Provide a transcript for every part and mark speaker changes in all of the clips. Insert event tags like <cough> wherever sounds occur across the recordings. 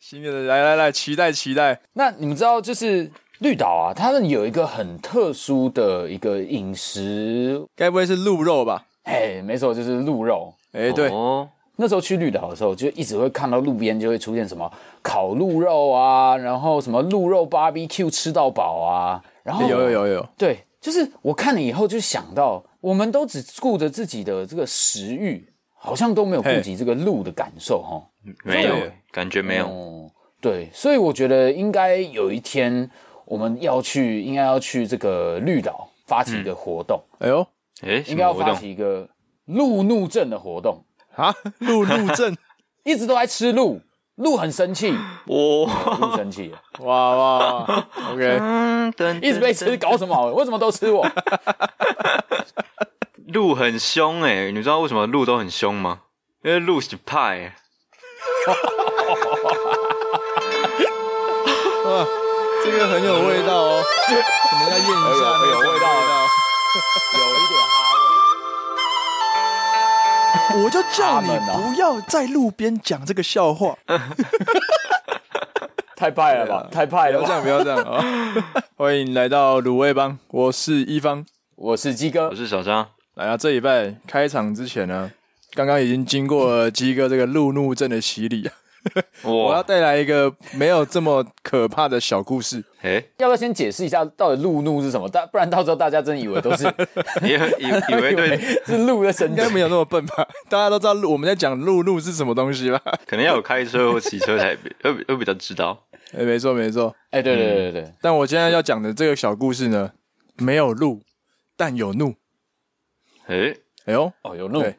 Speaker 1: 新的来来来，期待期待。
Speaker 2: 那你们知道，就是绿岛啊，他们有一个很特殊的一个饮食，
Speaker 1: 该不会是鹿肉吧？
Speaker 2: 哎，没错，就是鹿肉。
Speaker 1: 哎，对，
Speaker 3: 哦，
Speaker 2: 那时候去绿岛的时候，就一直会看到路边就会出现什么烤鹿肉啊，然后什么鹿肉 BBQ 吃到饱啊，然后
Speaker 1: 有哎有有有，
Speaker 2: 对，就是我看了以后就想到，我们都只顾着自己的这个食欲，好像都没有顾及这个鹿的感受哈。
Speaker 3: 没有
Speaker 1: 对，
Speaker 3: 感觉没有。
Speaker 2: 哦，对，所以我觉得应该有一天我们要去，应该要去这个绿岛发起一个活动，
Speaker 1: 哎呦
Speaker 3: 哎，
Speaker 2: 应
Speaker 3: 什
Speaker 2: 该
Speaker 3: 么
Speaker 2: 要
Speaker 3: 活
Speaker 2: 发
Speaker 3: 动？
Speaker 2: 起一个路怒症的活动，
Speaker 1: 啊，鹿鹿症，
Speaker 2: 一直都在吃鹿，鹿很生气，
Speaker 3: 哦，
Speaker 2: 鹿生气了，
Speaker 1: <laughs> 哇哇哇，OK，
Speaker 3: 嗯，等
Speaker 2: 一直被吃，搞什么好？为什么都吃我？ <laughs>
Speaker 3: 鹿很凶哎，你知道为什么鹿都很凶吗？因为鹿是怕哎。
Speaker 1: 这个很有味道哦，可能要验一下
Speaker 2: 哎呦
Speaker 1: 那个
Speaker 2: 有味道有一点哈味。
Speaker 1: 我就叫你
Speaker 2: 他们哦
Speaker 1: 不要在路边讲这个笑 <laughs> 话，
Speaker 2: 太派了吧，太派
Speaker 1: 不要
Speaker 2: 了
Speaker 1: 这
Speaker 2: 吧！
Speaker 1: 样，不要这样啊！欢迎来到卤味帮，我是一方。
Speaker 2: 我是鸡哥
Speaker 3: 我，是小张，
Speaker 1: 来啊，这礼拜开场之前呢，刚刚已经经过了鸡哥这个路怒症的洗礼，我要
Speaker 3: 哇，
Speaker 1: 带来一个没有这么可怕的小故事。
Speaker 3: 哎，
Speaker 2: 要不要先解释一下到底路怒是什么？但不然到时候大家真以为都是
Speaker 3: 也以以为对，
Speaker 2: 是鹿的神
Speaker 1: 应
Speaker 2: 经
Speaker 1: 该。没有那么笨吧？ <laughs> 大家都知道路我们在讲路怒是什么东西吧？
Speaker 3: 可能要有开车或骑车才比 <laughs> 会比会比较知道。
Speaker 1: <laughs> 哎，没错没错。
Speaker 2: 哎，对对对对对，
Speaker 1: 但我今天要讲的这个小故事呢，没有路，但有怒。
Speaker 3: 哎，
Speaker 1: 哎呦，
Speaker 2: 哦，有怒，
Speaker 1: 对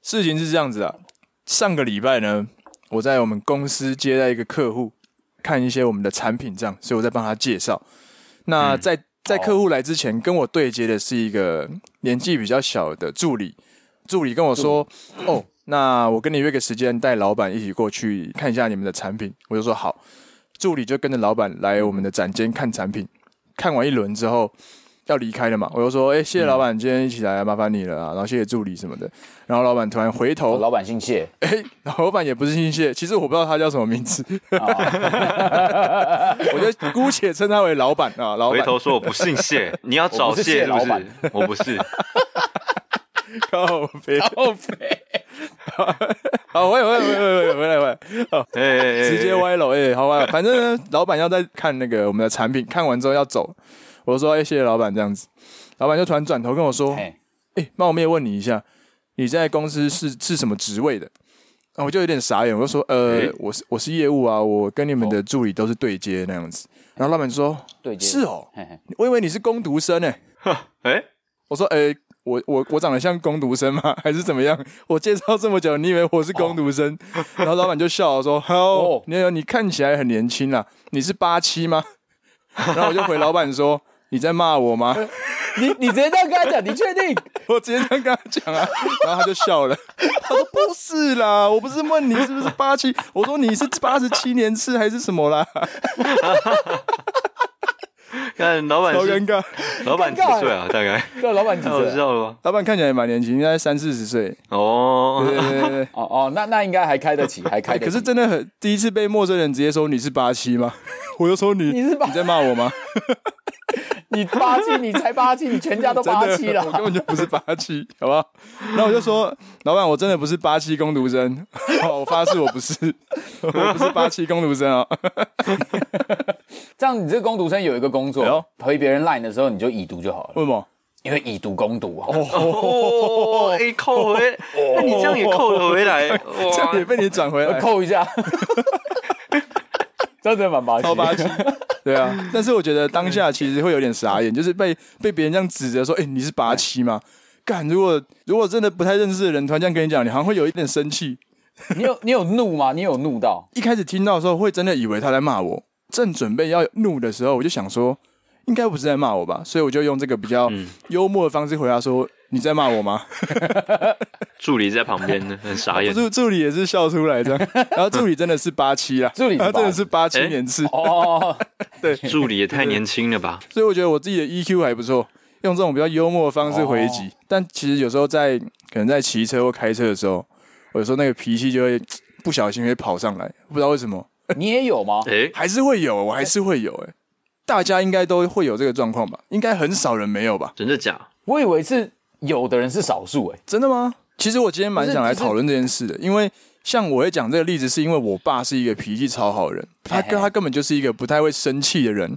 Speaker 1: 事情是这样子啊，上个礼拜呢，我在我们公司接待一个客户，看一些我们的产品这样，所以我在帮他介绍。那在、在客户来之前，跟我对接的是一个年纪比较小的助理，助理跟我说：“哦，那我跟你约个时间，带老板一起过去看一下你们的产品。”我就说好，助理就跟着老板来我们的展间看产品，看完一轮之后。要离开了嘛，我就说，哎、谢谢老板，今天一起来，麻烦你了啊，然后谢谢助理什么的。然后老板突然回头
Speaker 2: 哦，老板姓谢，
Speaker 1: 哎、老板也不是姓谢，其实我不知道他叫什么名字， <laughs> 我就姑且称他为老板啊，老
Speaker 3: 哦回
Speaker 1: 板。
Speaker 3: 头说我不
Speaker 1: <laughs>
Speaker 3: 姓谢，你要找
Speaker 2: 我不是谢
Speaker 3: 是不
Speaker 2: 老板
Speaker 3: 是？我不是，
Speaker 1: 靠北
Speaker 2: 哦，飞，
Speaker 1: 好，回回回回回回来回来，
Speaker 3: 哎哎哎， <laughs>
Speaker 1: <laughs>
Speaker 3: 哎
Speaker 1: 直接。歪楼，哎、好歪。反正呢，老板要在看那个我们的产品，看完之后要走，我说，哎、谢谢老板这样子。老板就突然转头跟我说，哎、
Speaker 2: 哎，
Speaker 1: 冒昧问你一下，你在公司是是什么职位的？啊，我就有点傻眼，我就说，呃，
Speaker 3: 哎
Speaker 1: 我是我是业务啊，我跟你们的助理都是对接那样子。然后老板就说，
Speaker 2: 哦对接
Speaker 1: 是哦，
Speaker 2: 嘿嘿
Speaker 1: 我以为你是工读生呢、欸
Speaker 3: 哎，
Speaker 1: 我说，诶、我我我长得像工读生吗？还是怎么样？我介绍这么久，你以为我是工读生？然后老板就笑了，说：“哦
Speaker 2: 哦，
Speaker 1: 你有你看起来很年轻啦，你是八七吗？”然后我就回老板说：“你在骂我吗
Speaker 2: 你你直接这样跟他讲，你
Speaker 1: <laughs>
Speaker 2: 确定？？”
Speaker 1: 我直接这样跟他讲啊，然后他就笑了。他说：“不是啦，我不是问你是不是八七，我说你是八十七年次还是什么啦？
Speaker 3: 看老板
Speaker 1: 好
Speaker 3: 是
Speaker 1: 尴尬。
Speaker 3: 老板几岁啊？
Speaker 1: <laughs>
Speaker 3: 大概
Speaker 2: 这老板几
Speaker 3: 太好
Speaker 2: 岁啊？
Speaker 3: 笑了吧？
Speaker 1: 老板看起来也蛮年轻，应该三四十岁。对
Speaker 3: 哦，
Speaker 1: 对对对对。
Speaker 2: 哦哦，那那应该还开得起，还开
Speaker 1: 哎
Speaker 2: 得
Speaker 1: 可
Speaker 2: 起。
Speaker 1: 是真的很第一次被陌生人直接说你是八七吗？我就说你
Speaker 2: 你是八
Speaker 1: 在骂我吗？
Speaker 2: 你八七，你才八七，你全家都
Speaker 1: 真
Speaker 2: <laughs> 八
Speaker 1: 的
Speaker 2: 七了
Speaker 1: 我。根本就不是八七，好不好？然后我就说，老板，我真的不是八七工读生，哦我发誓我不是， <laughs> 我不是八七工读生啊、 <laughs>
Speaker 2: 这样，你这个工读生有一个工
Speaker 1: 哎呦
Speaker 2: 作，回别人 line 的时候你就已读就好了，
Speaker 1: 为什么？ <laughs>
Speaker 2: 因为已读攻读啊。
Speaker 3: 哦，哎，扣回，那你这样也扣了回来，
Speaker 1: 这
Speaker 3: 哇
Speaker 1: 样也，被你转回来，
Speaker 2: <laughs> 扣
Speaker 1: <laughs>
Speaker 2: 一下，这样真的 <laughs> 蛮八
Speaker 1: 超八
Speaker 2: 七。
Speaker 1: 七。 <laughs> 对啊，但是我觉得当下其实会有点傻眼，就是被被别人这样指责说，哎、你是八七吗？干，如果如果真的不太认识的人突然这样跟你讲，你好像会有一点生气。
Speaker 2: 你有你有怒吗？你有怒到？
Speaker 1: 一开始听到的时候，会真的以为他在骂我。正准备要怒的时候，我就想说，应该不是在骂我吧，所以我就用这个比较
Speaker 2: 嗯
Speaker 1: 幽默的方式回答说：“你在骂我吗
Speaker 3: 助理在旁边很？”傻
Speaker 1: <laughs>
Speaker 3: 眼。
Speaker 1: 助助理也是笑出来这样，然后助理真的是八七啦，
Speaker 2: 助理是
Speaker 1: 他真的
Speaker 2: 87
Speaker 1: 是八七年次，
Speaker 2: 哦，
Speaker 3: 助理也太年轻了吧？
Speaker 1: 所以我觉得我自己的 EQ 还不错，用这种比较幽默的方式回
Speaker 2: 哦
Speaker 1: 击。但其实有时候在可能在骑车或开车的时候，我有时候那个脾气就会不小心会跑上来，不知道为什么。
Speaker 2: 你也有吗？
Speaker 3: 诶、
Speaker 1: 还是会有，我还是会有、欸，大家应该都会有这个状况吧？应该很少人没有吧？
Speaker 3: 真的假？
Speaker 2: 我以为是有的人是少数
Speaker 1: <laughs>
Speaker 2: 哎、
Speaker 1: 真的吗？其实我今天蛮想来
Speaker 2: 不是
Speaker 1: 讨论这件事的，因为像我会讲这个例子，是因为我爸是一个脾气超好的人，他
Speaker 2: 嘿嘿嗯
Speaker 1: 他根本就是一个不太会生气的人，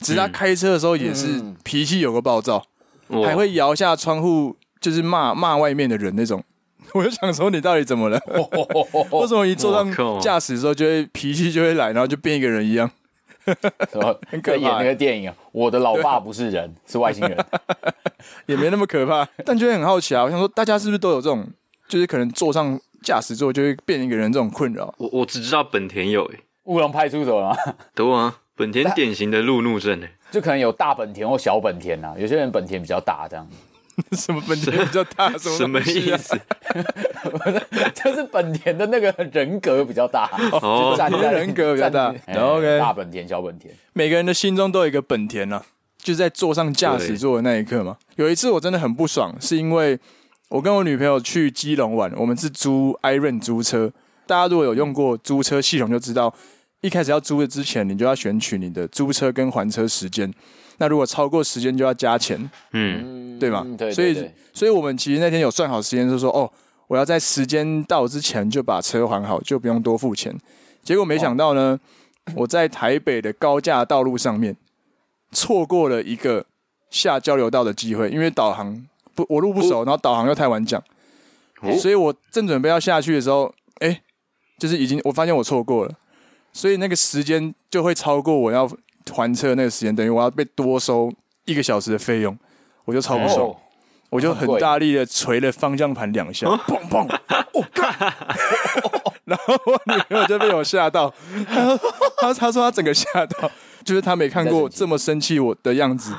Speaker 1: 只是他开车的时候也是脾气有个暴躁，
Speaker 3: 我
Speaker 1: 还会摇下窗户就是骂骂外面的人那种。 <laughs> 我就想说你到底怎么了？
Speaker 2: <laughs>
Speaker 1: 为什么一坐
Speaker 3: 我靠
Speaker 1: 上驾驶的时候就会脾气就会来，然后就变一个人一样？ <laughs>
Speaker 2: 什么
Speaker 1: 很可怕
Speaker 2: 在演那个电影啊，我的老爸不是人，是外星人。
Speaker 1: <laughs> 也没那么可怕， <laughs> 但就会很好奇啊。我想说，大家是不是都有这种，就是可能坐上驾驶座就会变一个人这种困扰？ <laughs>
Speaker 3: 我我只知道本田有诶、
Speaker 2: 乌龙派出所吗？
Speaker 3: 对啊，本田典型的路怒症诶、哎
Speaker 2: 就可能有大本田或小本田呐、啊，有些人本田比较大，这样 <laughs>
Speaker 1: 什么本田比较大？什么
Speaker 3: 什么
Speaker 1: 东西
Speaker 3: 意
Speaker 1: 啊？
Speaker 3: 思？
Speaker 2: 就是本田的那个人格比较大，
Speaker 3: 哦
Speaker 2: 就站在
Speaker 1: 人格比较大
Speaker 2: 站
Speaker 1: 然后 OK
Speaker 2: 大本田、小本田，
Speaker 1: 每个人的心中都有一个本田啊，就是在坐上驾驶座的那一刻嘛。有一次我真的很不爽，是因为我跟我女朋友去基隆玩，我们是租 Iron 租车。大家如果有用过租车系统，就知道一开始要租的之前，你就要选取你的租车跟还车时间。那如果超过时间，就要加钱。
Speaker 3: 嗯，
Speaker 1: 对吗？
Speaker 2: 嗯对
Speaker 1: 所
Speaker 2: 对
Speaker 1: 以
Speaker 2: 对
Speaker 1: 所以我们其实那天有算好时间，就说哦，我要在时间到之前就把车还好，就不用多付钱。结果没想到
Speaker 2: 哦
Speaker 1: 呢，我在台北的高架道路上面错过了一个下交流道的机会，因为导航不我路不熟，然后导航又太晚讲，
Speaker 3: 哦
Speaker 1: 所以我正准备要下去的时候，哎、就是已经我发现我错过了，所以那个时间就会超过我要还车的那个时间，等于我要被多收一个小时的费用，我就超不爽。
Speaker 2: 哦，
Speaker 1: 我就很大力的捶了方向盘两下，砰砰，我靠！ <laughs> 然后我女朋友就被我吓到，她她说她整个吓到，就是她没看过这么生气我的样子，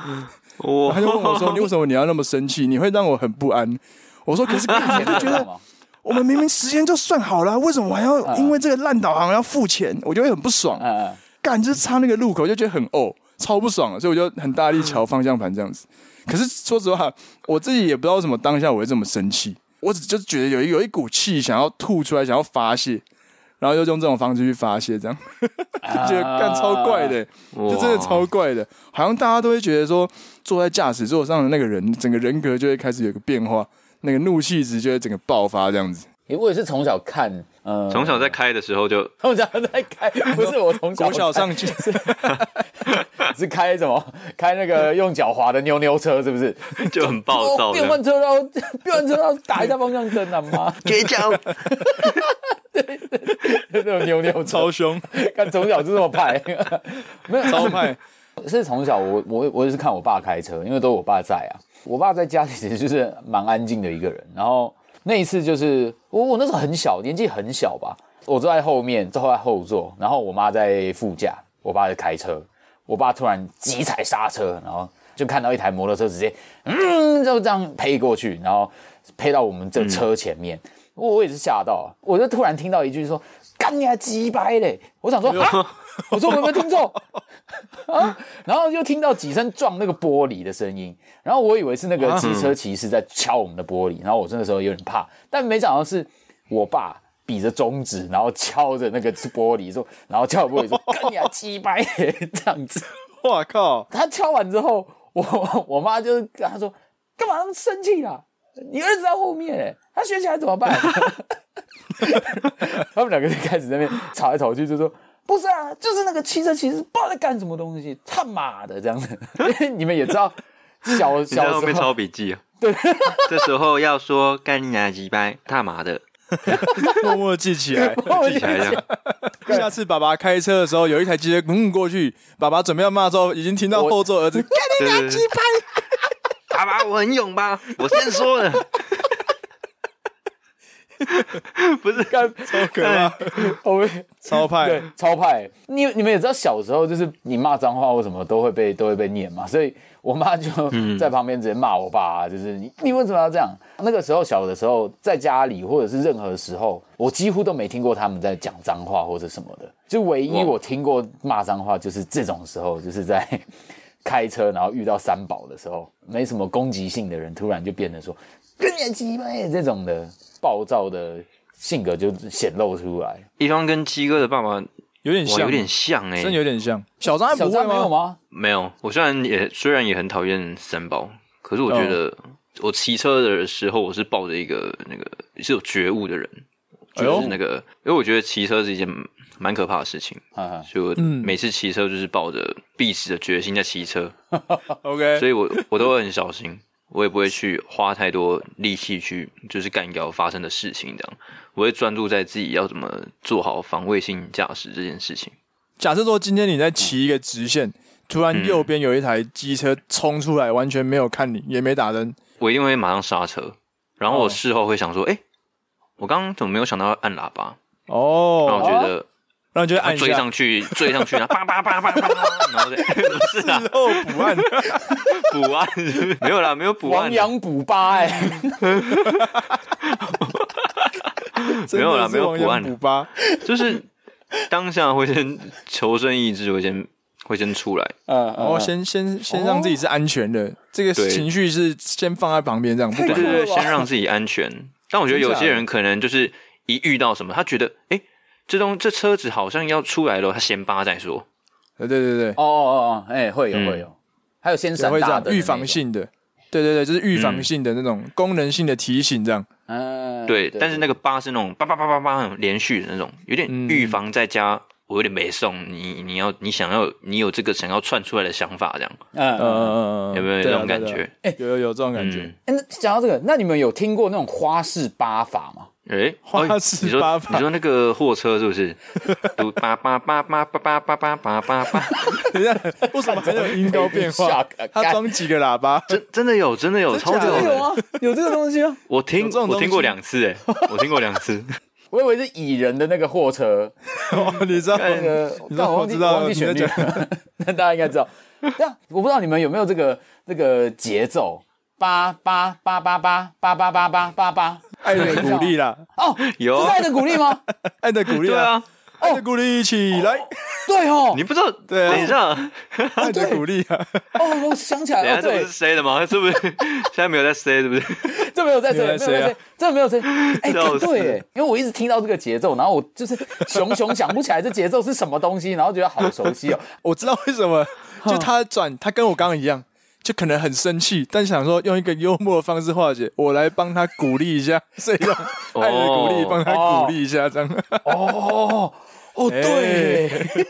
Speaker 3: 我
Speaker 1: 她就问我说：“你为什么你要那么生气？你会让我很不安。”我说：“可是干我就觉
Speaker 2: 知道
Speaker 1: 得
Speaker 2: 吗
Speaker 1: 我们明明时间就算好了，为什么我还要因为这个烂导航要付钱？我就会很不爽。
Speaker 2: 嗯嗯，
Speaker 1: 干就是插那个路口就觉得很哦，超不爽的，所以我就很大力瞧方向盘这样子。可是说实话，我自己也不知道为什么当下我会这么生气，我只就觉得有一有一股气想要吐出来，想要发泄，然后就用这种方式去发泄，这样 <laughs> 就觉得干超怪的、
Speaker 3: 哇
Speaker 1: 就真的超怪的，好像大家都会觉得说坐在驾驶座上的那个人，整个人格就会开始有个变化，那个怒气值就会整个爆发这样子。
Speaker 2: 诶我也是从小看， <laughs> 呃，
Speaker 3: 从小在开的时候就
Speaker 2: 从小在
Speaker 1: <laughs>
Speaker 2: 开，不是我从小
Speaker 1: 国小
Speaker 2: 看
Speaker 1: 上去，
Speaker 2: <laughs> 是开什么？开那个用脚滑的妞妞车是不是？
Speaker 3: 就很暴
Speaker 2: 哦
Speaker 3: 躁
Speaker 2: 变换
Speaker 3: 的，
Speaker 2: 车道， <laughs> 变换车道打一下方向灯啊
Speaker 1: <laughs>
Speaker 2: 妈！
Speaker 3: 绝 <laughs> 交，
Speaker 2: <laughs> 那种妞妞
Speaker 1: <laughs>
Speaker 2: 车，
Speaker 1: 超凶，
Speaker 2: 看从小就这么派， <laughs> 没有
Speaker 1: 超 <laughs> 派，
Speaker 2: 是从小我我我也是看我爸开车，因为都是我爸在啊。我爸在家里其实就是蛮安静的一个人。然后那一次就是我我那时候很小，年纪很小吧，我坐在后面，坐在后座，然后我妈在副驾，我爸在开车。我爸突然急踩刹车，然后就看到一台摩托车直接嗯就这样飞过去，然后飞到我们这车前面。我我也是吓到，啊我就突然听到一句说：“干你还鸡掰嘞！”我想说，哈我说我有没有听错？然后又听到几声撞那个玻璃的声音，然后我以为是那个机车骑士在敲我们的玻璃，然后我那时候有点怕，但没想到是我爸比着中指，然后敲着那个玻璃说，然后敲玻璃说“干你啊鸡掰 <laughs> 耶”这样子。
Speaker 1: 我靠！
Speaker 2: 他敲完之后，我 <laughs> 我妈就跟他说：“干嘛那么生气啦？你儿子在后面、欸，他学起来怎么办？” <laughs> 他们两个就开始在那边吵来吵去，就说：“不是啊，就是那个汽车骑士不知道在干什么东西，他妈的这样子。”因为你们也知道，小
Speaker 3: <laughs> 你在
Speaker 2: 小
Speaker 3: 后
Speaker 2: 时
Speaker 3: 面
Speaker 2: 候
Speaker 3: 抄笔记啊？对，这时候要说干你娘鸡掰，他妈的，
Speaker 1: 默默记起来。
Speaker 2: 我
Speaker 3: 记起
Speaker 2: <laughs>
Speaker 3: 来这样，
Speaker 1: 下次爸爸开车的时候，有一台机车滚过去，爸爸准备要骂的时候，已经听到后座儿子干
Speaker 3: 对对对， <laughs> 爸爸我很勇吧，我先说了，不是
Speaker 2: 干
Speaker 1: 超可怕，
Speaker 2: 我们
Speaker 1: 超
Speaker 2: 对
Speaker 1: 派，，
Speaker 2: 超派。你你们也知道，小时候就是你骂脏话或什么都会被都会被念嘛，所以我妈就在旁边直接骂我爸、啊，就是你你为什么要这样？那个时候小的时候，在家里或者是任何时候，我几乎都没听过他们在讲脏话或者什么的，就唯一我听过骂脏话就是这种时候，就是在。 <laughs> 开车，然后遇到三宝的时候，没什么攻击性的人，突然就变得说“跟你鸡巴耶”这种的暴躁的性格就显露出来。
Speaker 3: 一双跟鸡哥的爸爸
Speaker 1: 有点
Speaker 3: 哇，
Speaker 1: 像，
Speaker 3: 有点像哎、
Speaker 1: 真的有点像。小张还
Speaker 2: 小
Speaker 1: 不会
Speaker 2: 张没有
Speaker 1: 吗？
Speaker 2: 吗？
Speaker 3: 没有，我虽然也虽然也很讨厌三包，可是我觉得
Speaker 1: 哦
Speaker 3: 我骑车的时候，我是抱着一个那个是有觉悟的人，
Speaker 1: 哎
Speaker 3: 就
Speaker 1: 呦
Speaker 3: 是那个，因为我觉得骑车是一件蛮可怕的事情，
Speaker 2: 哈哈，
Speaker 3: 所以我
Speaker 1: 嗯
Speaker 3: 每次骑车就是抱着必死的决心在骑车，
Speaker 1: OK，
Speaker 3: 所以我我都会很小心，我也不会去花太多力气去就是干掉发生的事情，这样我会专注在自己要怎么做好防卫性驾驶这件事情。
Speaker 1: 假设说今天你在骑一个直线，突然右边有一台机车冲出来，完全没有看你，也没打灯，
Speaker 3: 我一定会马上刹车，然
Speaker 1: 哦
Speaker 3: 后我事后会想说，哎、我刚刚怎么没有想到要按喇叭？然后我
Speaker 1: 哦，
Speaker 3: 觉得
Speaker 1: 然后你就按一
Speaker 3: 追
Speaker 1: 下，
Speaker 3: 上去，追上去，然后叭叭叭叭叭，
Speaker 1: <laughs>
Speaker 3: 然后再不是啊，
Speaker 1: 然后不按，
Speaker 3: 补按是不是 <laughs> 没有啦，没有补按
Speaker 2: 亡，羊补疤哎、
Speaker 1: 真的
Speaker 3: 有啦
Speaker 1: 是
Speaker 3: <laughs> 没有
Speaker 1: 亡
Speaker 3: 不
Speaker 1: 羊
Speaker 3: 按
Speaker 1: 补
Speaker 3: <laughs>
Speaker 1: 疤。
Speaker 3: 就是当下会先求生意志会先会先出来，
Speaker 2: 嗯，
Speaker 1: 然后
Speaker 2: 嗯
Speaker 1: 哦先先先让自己是安全的，这个
Speaker 3: 哦对
Speaker 1: 情绪是先放在旁边，这样不
Speaker 3: 对
Speaker 1: 管
Speaker 3: 对
Speaker 2: 酷了
Speaker 3: 对，
Speaker 2: 吧
Speaker 3: 先让自己安全。但我觉得有些人可能就是一遇到什么，他觉得哎、诶这东这车子好像要出来了，他先扒再说。
Speaker 1: 对对对对，
Speaker 2: 哦哦哦，哎、会有
Speaker 3: 嗯
Speaker 2: 会有，还有先
Speaker 1: 也
Speaker 2: 闪
Speaker 1: 会这
Speaker 2: 大
Speaker 1: 样
Speaker 2: 灯的那
Speaker 1: 预防
Speaker 2: 种，
Speaker 1: 性的，对对对，就是预防性的那种功能性的提醒，这样
Speaker 2: 嗯，
Speaker 3: 对，但是那个八是那种叭叭叭叭叭那种连续的那种，有点
Speaker 1: 嗯
Speaker 3: 预防再加，我有点没送你，你要你想要你有这个想要窜出来的想法，这样
Speaker 2: 嗯
Speaker 1: 嗯
Speaker 2: 嗯。
Speaker 1: 嗯嗯嗯，
Speaker 3: 有没有
Speaker 1: 对啊
Speaker 3: 这种感？
Speaker 1: 对啊
Speaker 3: 觉？
Speaker 1: 对啊有有有这种感觉
Speaker 3: 嗯，，
Speaker 2: 哎、那讲到这个，那你们有听过那种花式扒法
Speaker 1: <laughs>
Speaker 2: 吗？
Speaker 3: 哎，
Speaker 1: 花
Speaker 3: 哎
Speaker 1: 式
Speaker 3: 你说
Speaker 1: 八法
Speaker 3: 你说那个货车是不是？嘟叭叭叭叭叭叭叭叭叭叭叭，
Speaker 1: 等一下， <laughs> 为什么还有音高变化
Speaker 2: Shock，？
Speaker 1: 他装几个喇叭？ <laughs>
Speaker 3: 真真的有，真的有，超
Speaker 1: 假
Speaker 3: 级
Speaker 1: 的
Speaker 3: 有
Speaker 1: 真
Speaker 2: 有
Speaker 3: 的。
Speaker 2: 啊，有这个东西啊。
Speaker 3: 我听
Speaker 1: 有这种
Speaker 3: 我
Speaker 1: 东
Speaker 3: 听过
Speaker 1: 西
Speaker 3: 两次，哎，我听过两次。
Speaker 2: 我以为是蚁人的那个货车，
Speaker 1: 哦，你知道 <laughs>
Speaker 2: 那个，
Speaker 1: 你
Speaker 2: 但
Speaker 1: 说
Speaker 2: 我
Speaker 1: 我
Speaker 2: 忘记
Speaker 1: 知
Speaker 2: 我
Speaker 1: 道
Speaker 2: 忘记旋律
Speaker 1: 你在
Speaker 2: 了， <laughs> 那大家应该知道。但我不知道你们有没有这个这个节奏，八八八八八八八八八八八。
Speaker 1: 爱的鼓励啦，
Speaker 2: 哦，
Speaker 3: 有
Speaker 2: 这是爱的鼓励
Speaker 3: <laughs>
Speaker 2: 吗？
Speaker 1: 爱的鼓励
Speaker 3: 对
Speaker 1: 啦，
Speaker 3: 啊，
Speaker 1: 爱的鼓励起来，
Speaker 2: 对哦，
Speaker 3: 你不知道？
Speaker 1: 对啊
Speaker 3: 等一下，
Speaker 1: 爱的鼓励啊，
Speaker 2: 哦，我想起
Speaker 3: 等一
Speaker 2: 来
Speaker 3: 下，
Speaker 2: 了，
Speaker 3: 这
Speaker 2: 对
Speaker 3: 不是，塞的吗？是不是？现在没有在塞，是不是？
Speaker 2: 这没有在这，
Speaker 1: 没
Speaker 2: 没有
Speaker 1: 有在
Speaker 2: 在这
Speaker 1: 谁啊，
Speaker 2: 这没有在。哎，
Speaker 3: 笑死
Speaker 2: 对，哎因为我一直听到这个节奏，然后我就是熊熊想不起来这节奏是什么东西，然后觉得好熟悉
Speaker 1: <laughs>
Speaker 2: 哦。
Speaker 1: 我知道为什么，就他转，他跟我刚刚一样，就可能很生气，但想说用一个幽默的方式化解，我来帮他鼓励一下，所以用爱的鼓励
Speaker 3: 哦
Speaker 1: 帮他鼓励一下，这样
Speaker 2: 哦。哦，
Speaker 1: <laughs>
Speaker 2: 对，
Speaker 1: 哎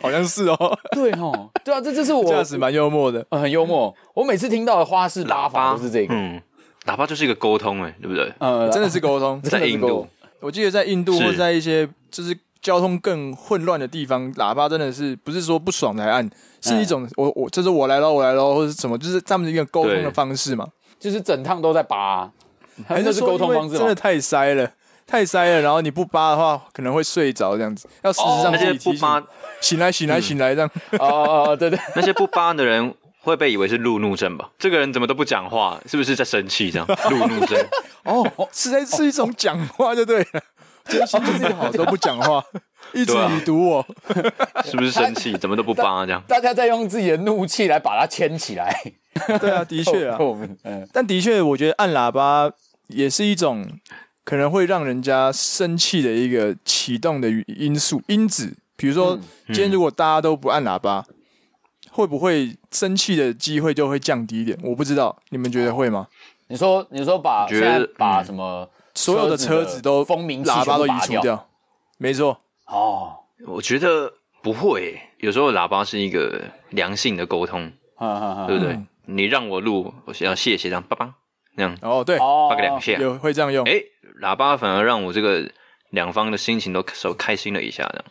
Speaker 1: 好像是哦，
Speaker 2: 对哦，对啊，这就是我
Speaker 1: 这样子蛮幽默的。
Speaker 2: 呃很幽默。我每次听到的花式拉法都是这个，
Speaker 3: 嗯，喇叭就是一个沟通，哎，对不对？
Speaker 2: 呃，
Speaker 1: 嗯真的是沟通，
Speaker 2: 真
Speaker 3: 在
Speaker 2: 的是
Speaker 3: 印
Speaker 2: 够
Speaker 3: 度，
Speaker 1: 我记得在印度
Speaker 3: 是
Speaker 1: 或在一些就是交通更混乱的地方，喇叭真的是不是说不爽才按，是一种我我这是我来喽，我来喽，或者什么，就是他们的一个沟通的
Speaker 3: 对
Speaker 1: 方式嘛。
Speaker 2: 就是整趟都在拔、还
Speaker 1: 是
Speaker 2: 哎是
Speaker 1: 说
Speaker 2: 沟通方
Speaker 1: 因为
Speaker 2: 式
Speaker 1: 真的
Speaker 2: 吗？
Speaker 1: 太塞了，太塞了，然后你不扒的话可能会睡着这样子，要时时
Speaker 2: 哦
Speaker 1: 让
Speaker 3: 那
Speaker 1: 自
Speaker 3: 些
Speaker 1: 己
Speaker 3: 不
Speaker 1: 提醒，
Speaker 3: 扒
Speaker 1: 醒来醒来醒来这样。
Speaker 2: 哦哦哦，对对，
Speaker 3: <laughs> 那些不扒的人会被以为是路怒症吧？这个人怎么都不讲话，是不是在生气？这 <laughs> 样路怒症，
Speaker 1: 哦，是在是一种讲话就对了，哦今天心情不好 <laughs> 都不讲话，一直
Speaker 3: 对啊
Speaker 1: 已读我。
Speaker 3: 是不是生气？怎么都不扒这样？
Speaker 2: 大家在用自己的怒气来把它牵起来。
Speaker 1: 对啊，的
Speaker 2: <laughs>
Speaker 1: 确啊，
Speaker 2: 透明嗯，
Speaker 1: 但的确，我觉得按喇叭也是一种可能会让人家生气的一个启动的因素因子。比如
Speaker 2: 嗯
Speaker 1: 说，今天如果大家都不按喇叭，会不会生气的机会就会降低一点？我不知道，你们觉得会吗？
Speaker 2: 你说你说把
Speaker 3: 觉
Speaker 2: 现
Speaker 3: 得
Speaker 2: 在把
Speaker 3: 嗯
Speaker 2: 什么
Speaker 1: 所有的车子都
Speaker 2: 风鸣器
Speaker 1: 喇叭都移
Speaker 2: 全
Speaker 1: 除
Speaker 2: 部拔
Speaker 1: 掉，没错，
Speaker 2: 哦，
Speaker 3: 我觉得不会、有时候喇叭是一个良性的沟通，
Speaker 2: 哈哈哈
Speaker 1: 呃
Speaker 3: 对不对？你让我录，我想要谢谢这样，叭叭那样
Speaker 1: 哦，对，
Speaker 2: 哦
Speaker 3: 叭个两下，
Speaker 1: 有会这样用，
Speaker 3: 哎、喇叭反而让我这个两方的心情都稍微开心了一下，这样。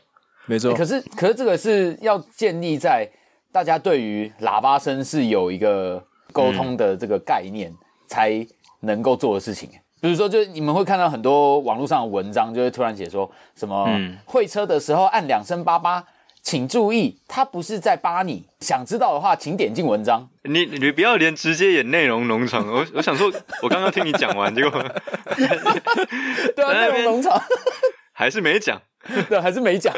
Speaker 1: 没错
Speaker 3: 哦
Speaker 2: 欸。可是，可是这个是要建立在大家对于喇叭声是有一个沟通的这个概念，才能够做的事情。比如说，就是你们会看到很多网络上的文章，就会突然写说什么、
Speaker 3: 嗯
Speaker 2: 会车的时候按两声叭叭，请注意，他不是在扒你。想知道的话，请点进文章。
Speaker 3: 你你不要连直接演内容农场，我我想说，我刚刚听你讲完，结果
Speaker 2: 对啊，
Speaker 3: <laughs> 在那
Speaker 2: 内
Speaker 3: 边
Speaker 2: 容农场，
Speaker 3: 还是没讲。
Speaker 2: 对，还是没讲。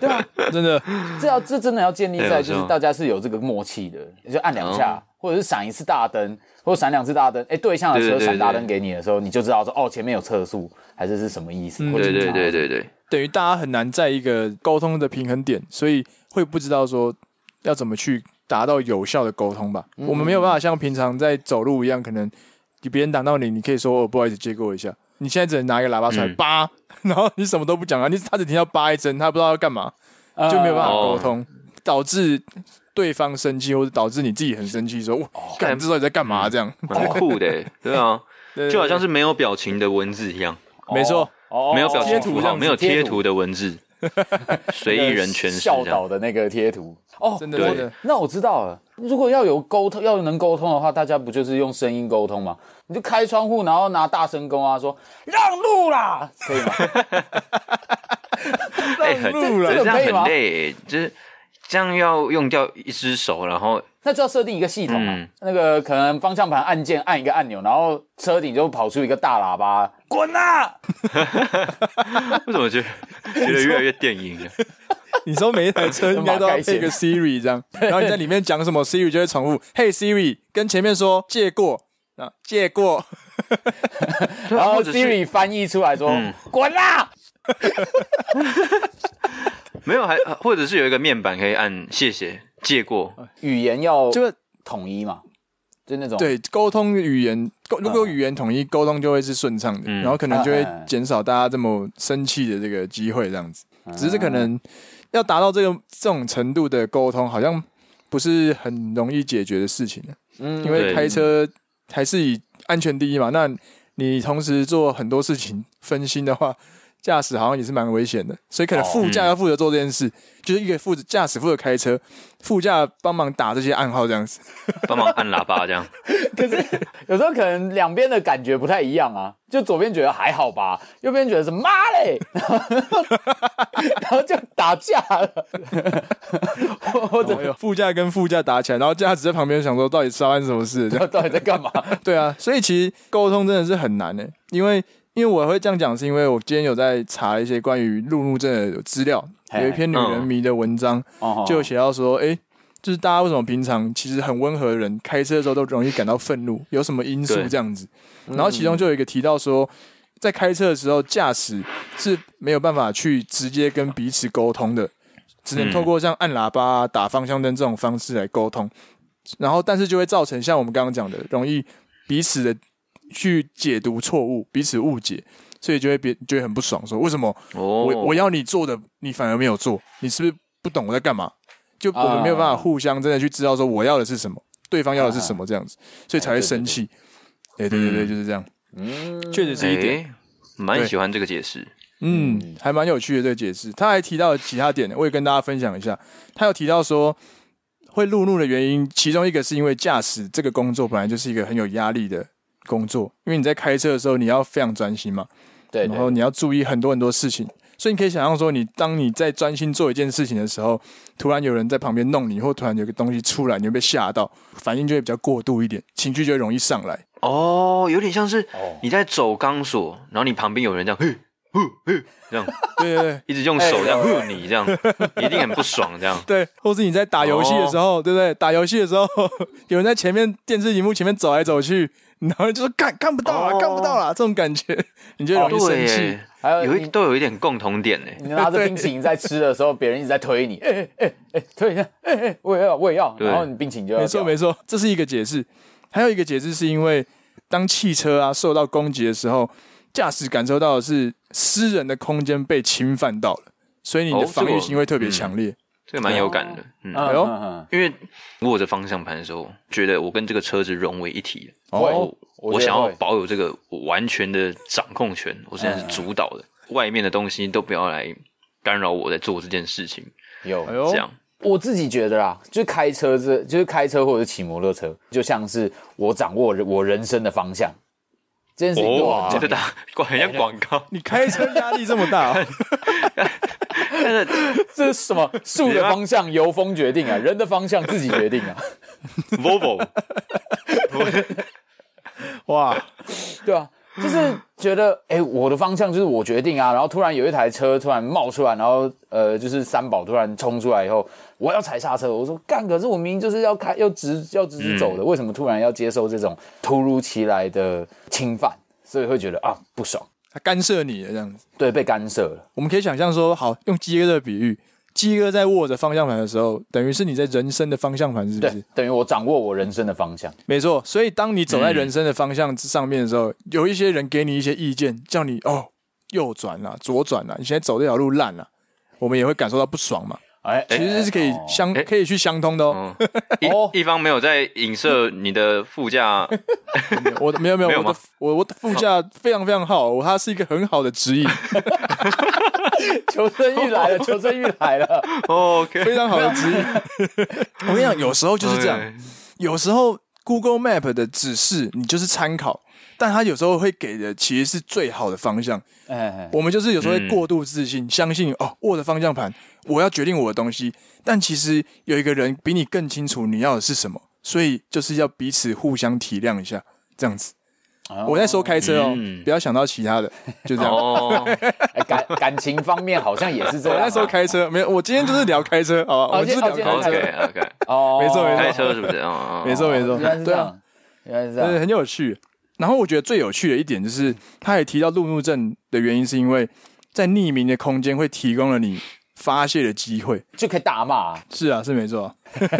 Speaker 2: 对啊，
Speaker 1: 真的，
Speaker 2: 这要这真的要建立
Speaker 3: 对哦
Speaker 2: 在
Speaker 3: 我知
Speaker 2: 就
Speaker 3: 道
Speaker 2: 是大家是有这个默契的，你就按两下，或者是闪一次大灯，或者闪两次大灯。哎，对向的
Speaker 3: 对对
Speaker 2: 车
Speaker 3: 对
Speaker 2: 闪大
Speaker 3: 对
Speaker 2: 灯给你的时候，你就知道说哦，前面有测速还是是什么意思。或者警
Speaker 3: 对嗯对
Speaker 2: 察
Speaker 3: 对对对，
Speaker 1: 等于大家很难在一个沟通的平衡点，所以会不知道说要怎么去达到有效的沟通吧。我们没有办法像平常在走路一样，可能别人挡到你，你可以说哦不好意思借给我一下。你现在只能拿一个喇叭出来
Speaker 3: 嗯
Speaker 1: 叭，然后你什么都不讲啊，你他只听到叭一声，他不知道要干嘛，就没有办法
Speaker 3: 哦
Speaker 1: 沟通，导致对方生气，或者导致你自己很生气，说哇，干、这到底在干嘛？这样，
Speaker 3: 蛮酷的欸，对啊，
Speaker 1: <laughs> 对
Speaker 3: 就好像是没有表情的文字一样，
Speaker 1: 没错，
Speaker 2: 哦
Speaker 3: 没有表情
Speaker 1: 贴图
Speaker 3: 符
Speaker 1: 这样
Speaker 3: 号，
Speaker 1: 子
Speaker 3: 没有贴
Speaker 2: 贴
Speaker 3: 图
Speaker 2: 图
Speaker 3: 的
Speaker 1: <laughs>
Speaker 3: 文字，随意人诠释
Speaker 2: 教
Speaker 3: 这样。
Speaker 2: 导的那个贴图哦，
Speaker 1: 真的
Speaker 2: 我
Speaker 1: 真的
Speaker 2: 那我知道了。如果要有沟通，要能沟通的话，大家不就是用声音沟通吗？你就开窗户，然后拿大声公啊，说让路啦，可以吗？
Speaker 3: 哎，
Speaker 1: 让
Speaker 3: 很
Speaker 1: 路了
Speaker 3: 这
Speaker 2: 这个
Speaker 3: 样
Speaker 2: 可以
Speaker 3: 很
Speaker 2: 吗
Speaker 3: 累欸，就是这样要用掉一只手，然后
Speaker 2: 那就要设定一个系统嘛、
Speaker 3: 嗯
Speaker 2: 那个可能方向盘按键按一个按钮，然后车顶就跑出一个大喇叭，滚啊！
Speaker 3: 为什么觉
Speaker 1: <laughs>
Speaker 3: 得觉得越来越电影了？
Speaker 1: 你说每一台车应该都要配个 Siri 这样，然后你在里面讲什么，Siri 就会重复，Hey Siri，跟前面说借过啊，借过，
Speaker 3: 对啊
Speaker 2: 然后
Speaker 3: 或者是嗯
Speaker 2: Siri 翻译出来说滚啊啦，
Speaker 3: 没有还或者是有一个面板可以按谢谢借过，
Speaker 2: 语言要
Speaker 1: 这个
Speaker 2: 统一嘛，就那种嗯
Speaker 1: 对沟通语言，沟如果语言统一，沟通就会是顺畅的，
Speaker 3: 嗯
Speaker 1: 然后可能就会减少大家这么生气的这个机会，这样子。
Speaker 2: 嗯
Speaker 1: 只是可能要达到这个这种程度的沟通，好像不是很容易解决的事情，啊
Speaker 2: 嗯
Speaker 1: 因为
Speaker 3: 对
Speaker 1: 开车还是以安全第一嘛。那你同时做很多事情分心的话，驾驶好像也是蛮危险的，所以可能
Speaker 2: 哦
Speaker 1: 副
Speaker 2: 嗯
Speaker 1: 驾要负责做这件事，就是一个负责驾驶负责开车，副驾帮忙打这些暗号这样子。
Speaker 3: 帮忙按喇叭这样。
Speaker 2: 可是有时候可能两边的感觉不太一样啊，就左边觉得还好吧，右边觉得是妈嘞， <laughs> 然后然后就打架了，或者
Speaker 1: 哎呦副驾跟副驾打起来，然后驾驶在旁边想说到底是发生什么事？这样
Speaker 2: 到底在干嘛？
Speaker 1: 对啊，所以其实沟通真的是很难的、因为因为我会这样讲，是因为我今天有在查一些关于路怒症的资料，
Speaker 2: 嘿
Speaker 1: 有一篇女人迷的文章，
Speaker 2: 哦
Speaker 1: 就有写到说，哎、就是大家为什么平常其实很温和的人，开车的时候都容易感到愤怒，有什么因素
Speaker 3: 对
Speaker 1: 这样子？然后其中就有一个提到说，在开车的时候，驾驶是没有办法去直接跟彼此沟通的，只能透过像按喇叭、啊、打方向灯这种方式来沟通。然后，但是就会造成像我们刚刚讲的，容易彼此的去解读错误，彼此误解，所以就会别就会很不爽，说为什么
Speaker 3: 哦，
Speaker 1: 我我要你做的，你反而没有做，你是不是不懂我在干嘛？就我们没有办法互相真的去知道说我要的是什么，对方要的是什么这样子，所以才会生气。啊哎对对对对，就是这样。嗯，确实是一点。
Speaker 3: 哎，蛮
Speaker 1: 对
Speaker 3: 喜欢这个解释。
Speaker 1: 嗯，还蛮有趣的这个解释。他还提到了其他点，我也跟大家分享一下。他有提到说，会路怒的原因，其中一个是因为驾驶这个工作本来就是一个很有压力的工作，因为你在开车的时候你要非常专心嘛，
Speaker 2: 对
Speaker 1: 然后
Speaker 2: 对
Speaker 1: 你要注意很多很多事情，所以你可以想象说，你当你在专心做一件事情的时候，突然有人在旁边弄你，或突然有个东西出来，你会被吓到，反应就会比较过度一点，情绪就会容易上来。
Speaker 3: 哦，有点像是
Speaker 2: 哦
Speaker 3: 你在走钢索，然后你旁边有人这样，嘿，嘿，嘿，这样
Speaker 1: 对对对。
Speaker 3: 一直用手这样呼你，这样一定很不爽，这样。
Speaker 1: 对，或是你在打游戏的时候， <laughs> 对不对？打游戏的时候，有人在前面电视荧幕前面走来走去，然后就说看看不到了，啊
Speaker 3: 哦
Speaker 1: 看不到了，这种感觉，你就容易
Speaker 3: 对
Speaker 1: 生
Speaker 2: 哦
Speaker 1: 气。
Speaker 3: 耶，
Speaker 2: 还有
Speaker 3: 有一
Speaker 2: 呃你
Speaker 3: 都有一点共同点呢。
Speaker 2: 你拿着冰淇淋在吃的时候，别人一直在推你，哎哎哎哎，推一下，哎哎，我也要我也要，
Speaker 3: 对
Speaker 2: 然后你冰淇淋就要
Speaker 1: 没错
Speaker 2: 掉
Speaker 1: 没错，这是一个解释。还有一个解释是因为，当汽车啊受到攻击的时候，驾驶感受到的是私人的空间被侵犯到了，所以你
Speaker 3: 哦
Speaker 1: 的
Speaker 3: 这
Speaker 1: 防
Speaker 3: 我
Speaker 1: 御心会特别强烈。
Speaker 3: 这个蛮有感的，嗯，
Speaker 1: 哎呦
Speaker 2: 嗯嗯
Speaker 3: 因为握着方向盘的时候，觉得我跟这个车子融为一体，
Speaker 1: 哦
Speaker 2: 嗯会，
Speaker 3: 我
Speaker 2: 觉得
Speaker 3: 想要
Speaker 2: 会
Speaker 3: 保有这个完全的掌控权，我现在是主导的，外面的东西都不要来干扰我在做这件事情，
Speaker 2: 有
Speaker 1: 哎呦
Speaker 3: 嗯这，样。
Speaker 2: 我自己觉得啦，就是开车这，就是开车或者骑摩托车，就像是我掌握我人生的方向，这件事情对我
Speaker 3: 哦，
Speaker 2: 很
Speaker 3: 这
Speaker 2: 重要。
Speaker 3: 个打广很像广告，
Speaker 1: 你开车压力这么
Speaker 3: <laughs>
Speaker 1: 大、哦，
Speaker 2: 这是什么？树的
Speaker 1: <laughs>
Speaker 2: 方向由风决定啊，人的方向自己决定啊，
Speaker 3: Volvo，
Speaker 1: 哇，
Speaker 2: 对啊。就是觉得，哎、我的方向就是我决定啊。然后突然有一台车突然冒出来，然后呃，就是三宝突然冲出来以后，我要踩刹车。我说干，可是我明明就是要开要直要直直
Speaker 1: 嗯
Speaker 2: 走的，为什么突然要接受这种突如其来的侵犯？所以会觉得啊不爽，
Speaker 1: 他干涉你了这样子。
Speaker 2: 对，被干涉了。
Speaker 1: 我们可以想象说，好，用鸡哥的比喻，鸡哥在握着方向盘的时候，等于是你在人生的方向盘，是不
Speaker 2: 对
Speaker 1: 是？，
Speaker 2: 等于我掌握我人生的方向。
Speaker 1: 没错。所以当你走在人生的方向上面的时候，有一些人给你一些意见，叫你哦右转啦、左转啊啦、你现在走这条路烂了、啊我们也会感受到不爽嘛。
Speaker 2: 哎、
Speaker 1: 其实是可以
Speaker 2: 哦
Speaker 1: 相、
Speaker 3: 哎
Speaker 1: 可以去相通的哦。
Speaker 3: 嗯，一、
Speaker 2: 哦
Speaker 3: 一方没有在影射你的副驾，
Speaker 1: 我的没有没有
Speaker 3: 没有
Speaker 1: 我的
Speaker 3: 吗
Speaker 1: 我我的副驾非常非常好，我它是一个很好的指引，
Speaker 2: 求生欲来
Speaker 1: <laughs>
Speaker 2: 了，求生欲来了。
Speaker 3: 哦 OK，
Speaker 1: 非常好的指引。我跟你讲，有时候就是这样。
Speaker 3: OK
Speaker 1: 有时候 Google Map 的指示你就是参考，但它有时候会给的其实是最好的方向。
Speaker 2: 哎，
Speaker 1: 我们就是有时候会
Speaker 3: 嗯
Speaker 1: 过度自信，相信哦握着方向盘，我要决定我的东西，但其实有一个人比你更清楚你要的是什么，所以就是要彼此互相体谅一下，这样子。
Speaker 2: 哦
Speaker 1: 我在说开车哦，
Speaker 3: 嗯
Speaker 1: 不要想到其他的，就这样。 <laughs>
Speaker 3: 哦，
Speaker 2: 哎感感情方面好像也是这
Speaker 1: 我
Speaker 2: 样啊、
Speaker 1: 那时候开车，没有，我今天就是聊开
Speaker 2: <laughs>
Speaker 1: 车，好吧？
Speaker 2: 哦
Speaker 1: 我就是
Speaker 2: 今
Speaker 1: 聊
Speaker 2: 天
Speaker 1: 开
Speaker 2: 哦今
Speaker 1: 车
Speaker 2: 天，
Speaker 3: OK OK，
Speaker 2: 哦，
Speaker 1: 没错没错
Speaker 3: 开车是不是？哦，哦
Speaker 1: 没错没错
Speaker 2: 原来，是这
Speaker 1: 对啊，
Speaker 2: 样，原来是这
Speaker 1: 对，
Speaker 2: 样。
Speaker 1: 很有趣。然后我觉得最有趣的一点就是，他也提到路怒症的原因，是因为在匿名的空间会提供了你发泄的机会。
Speaker 2: 就可以大骂、
Speaker 1: 是啊，是没错啊。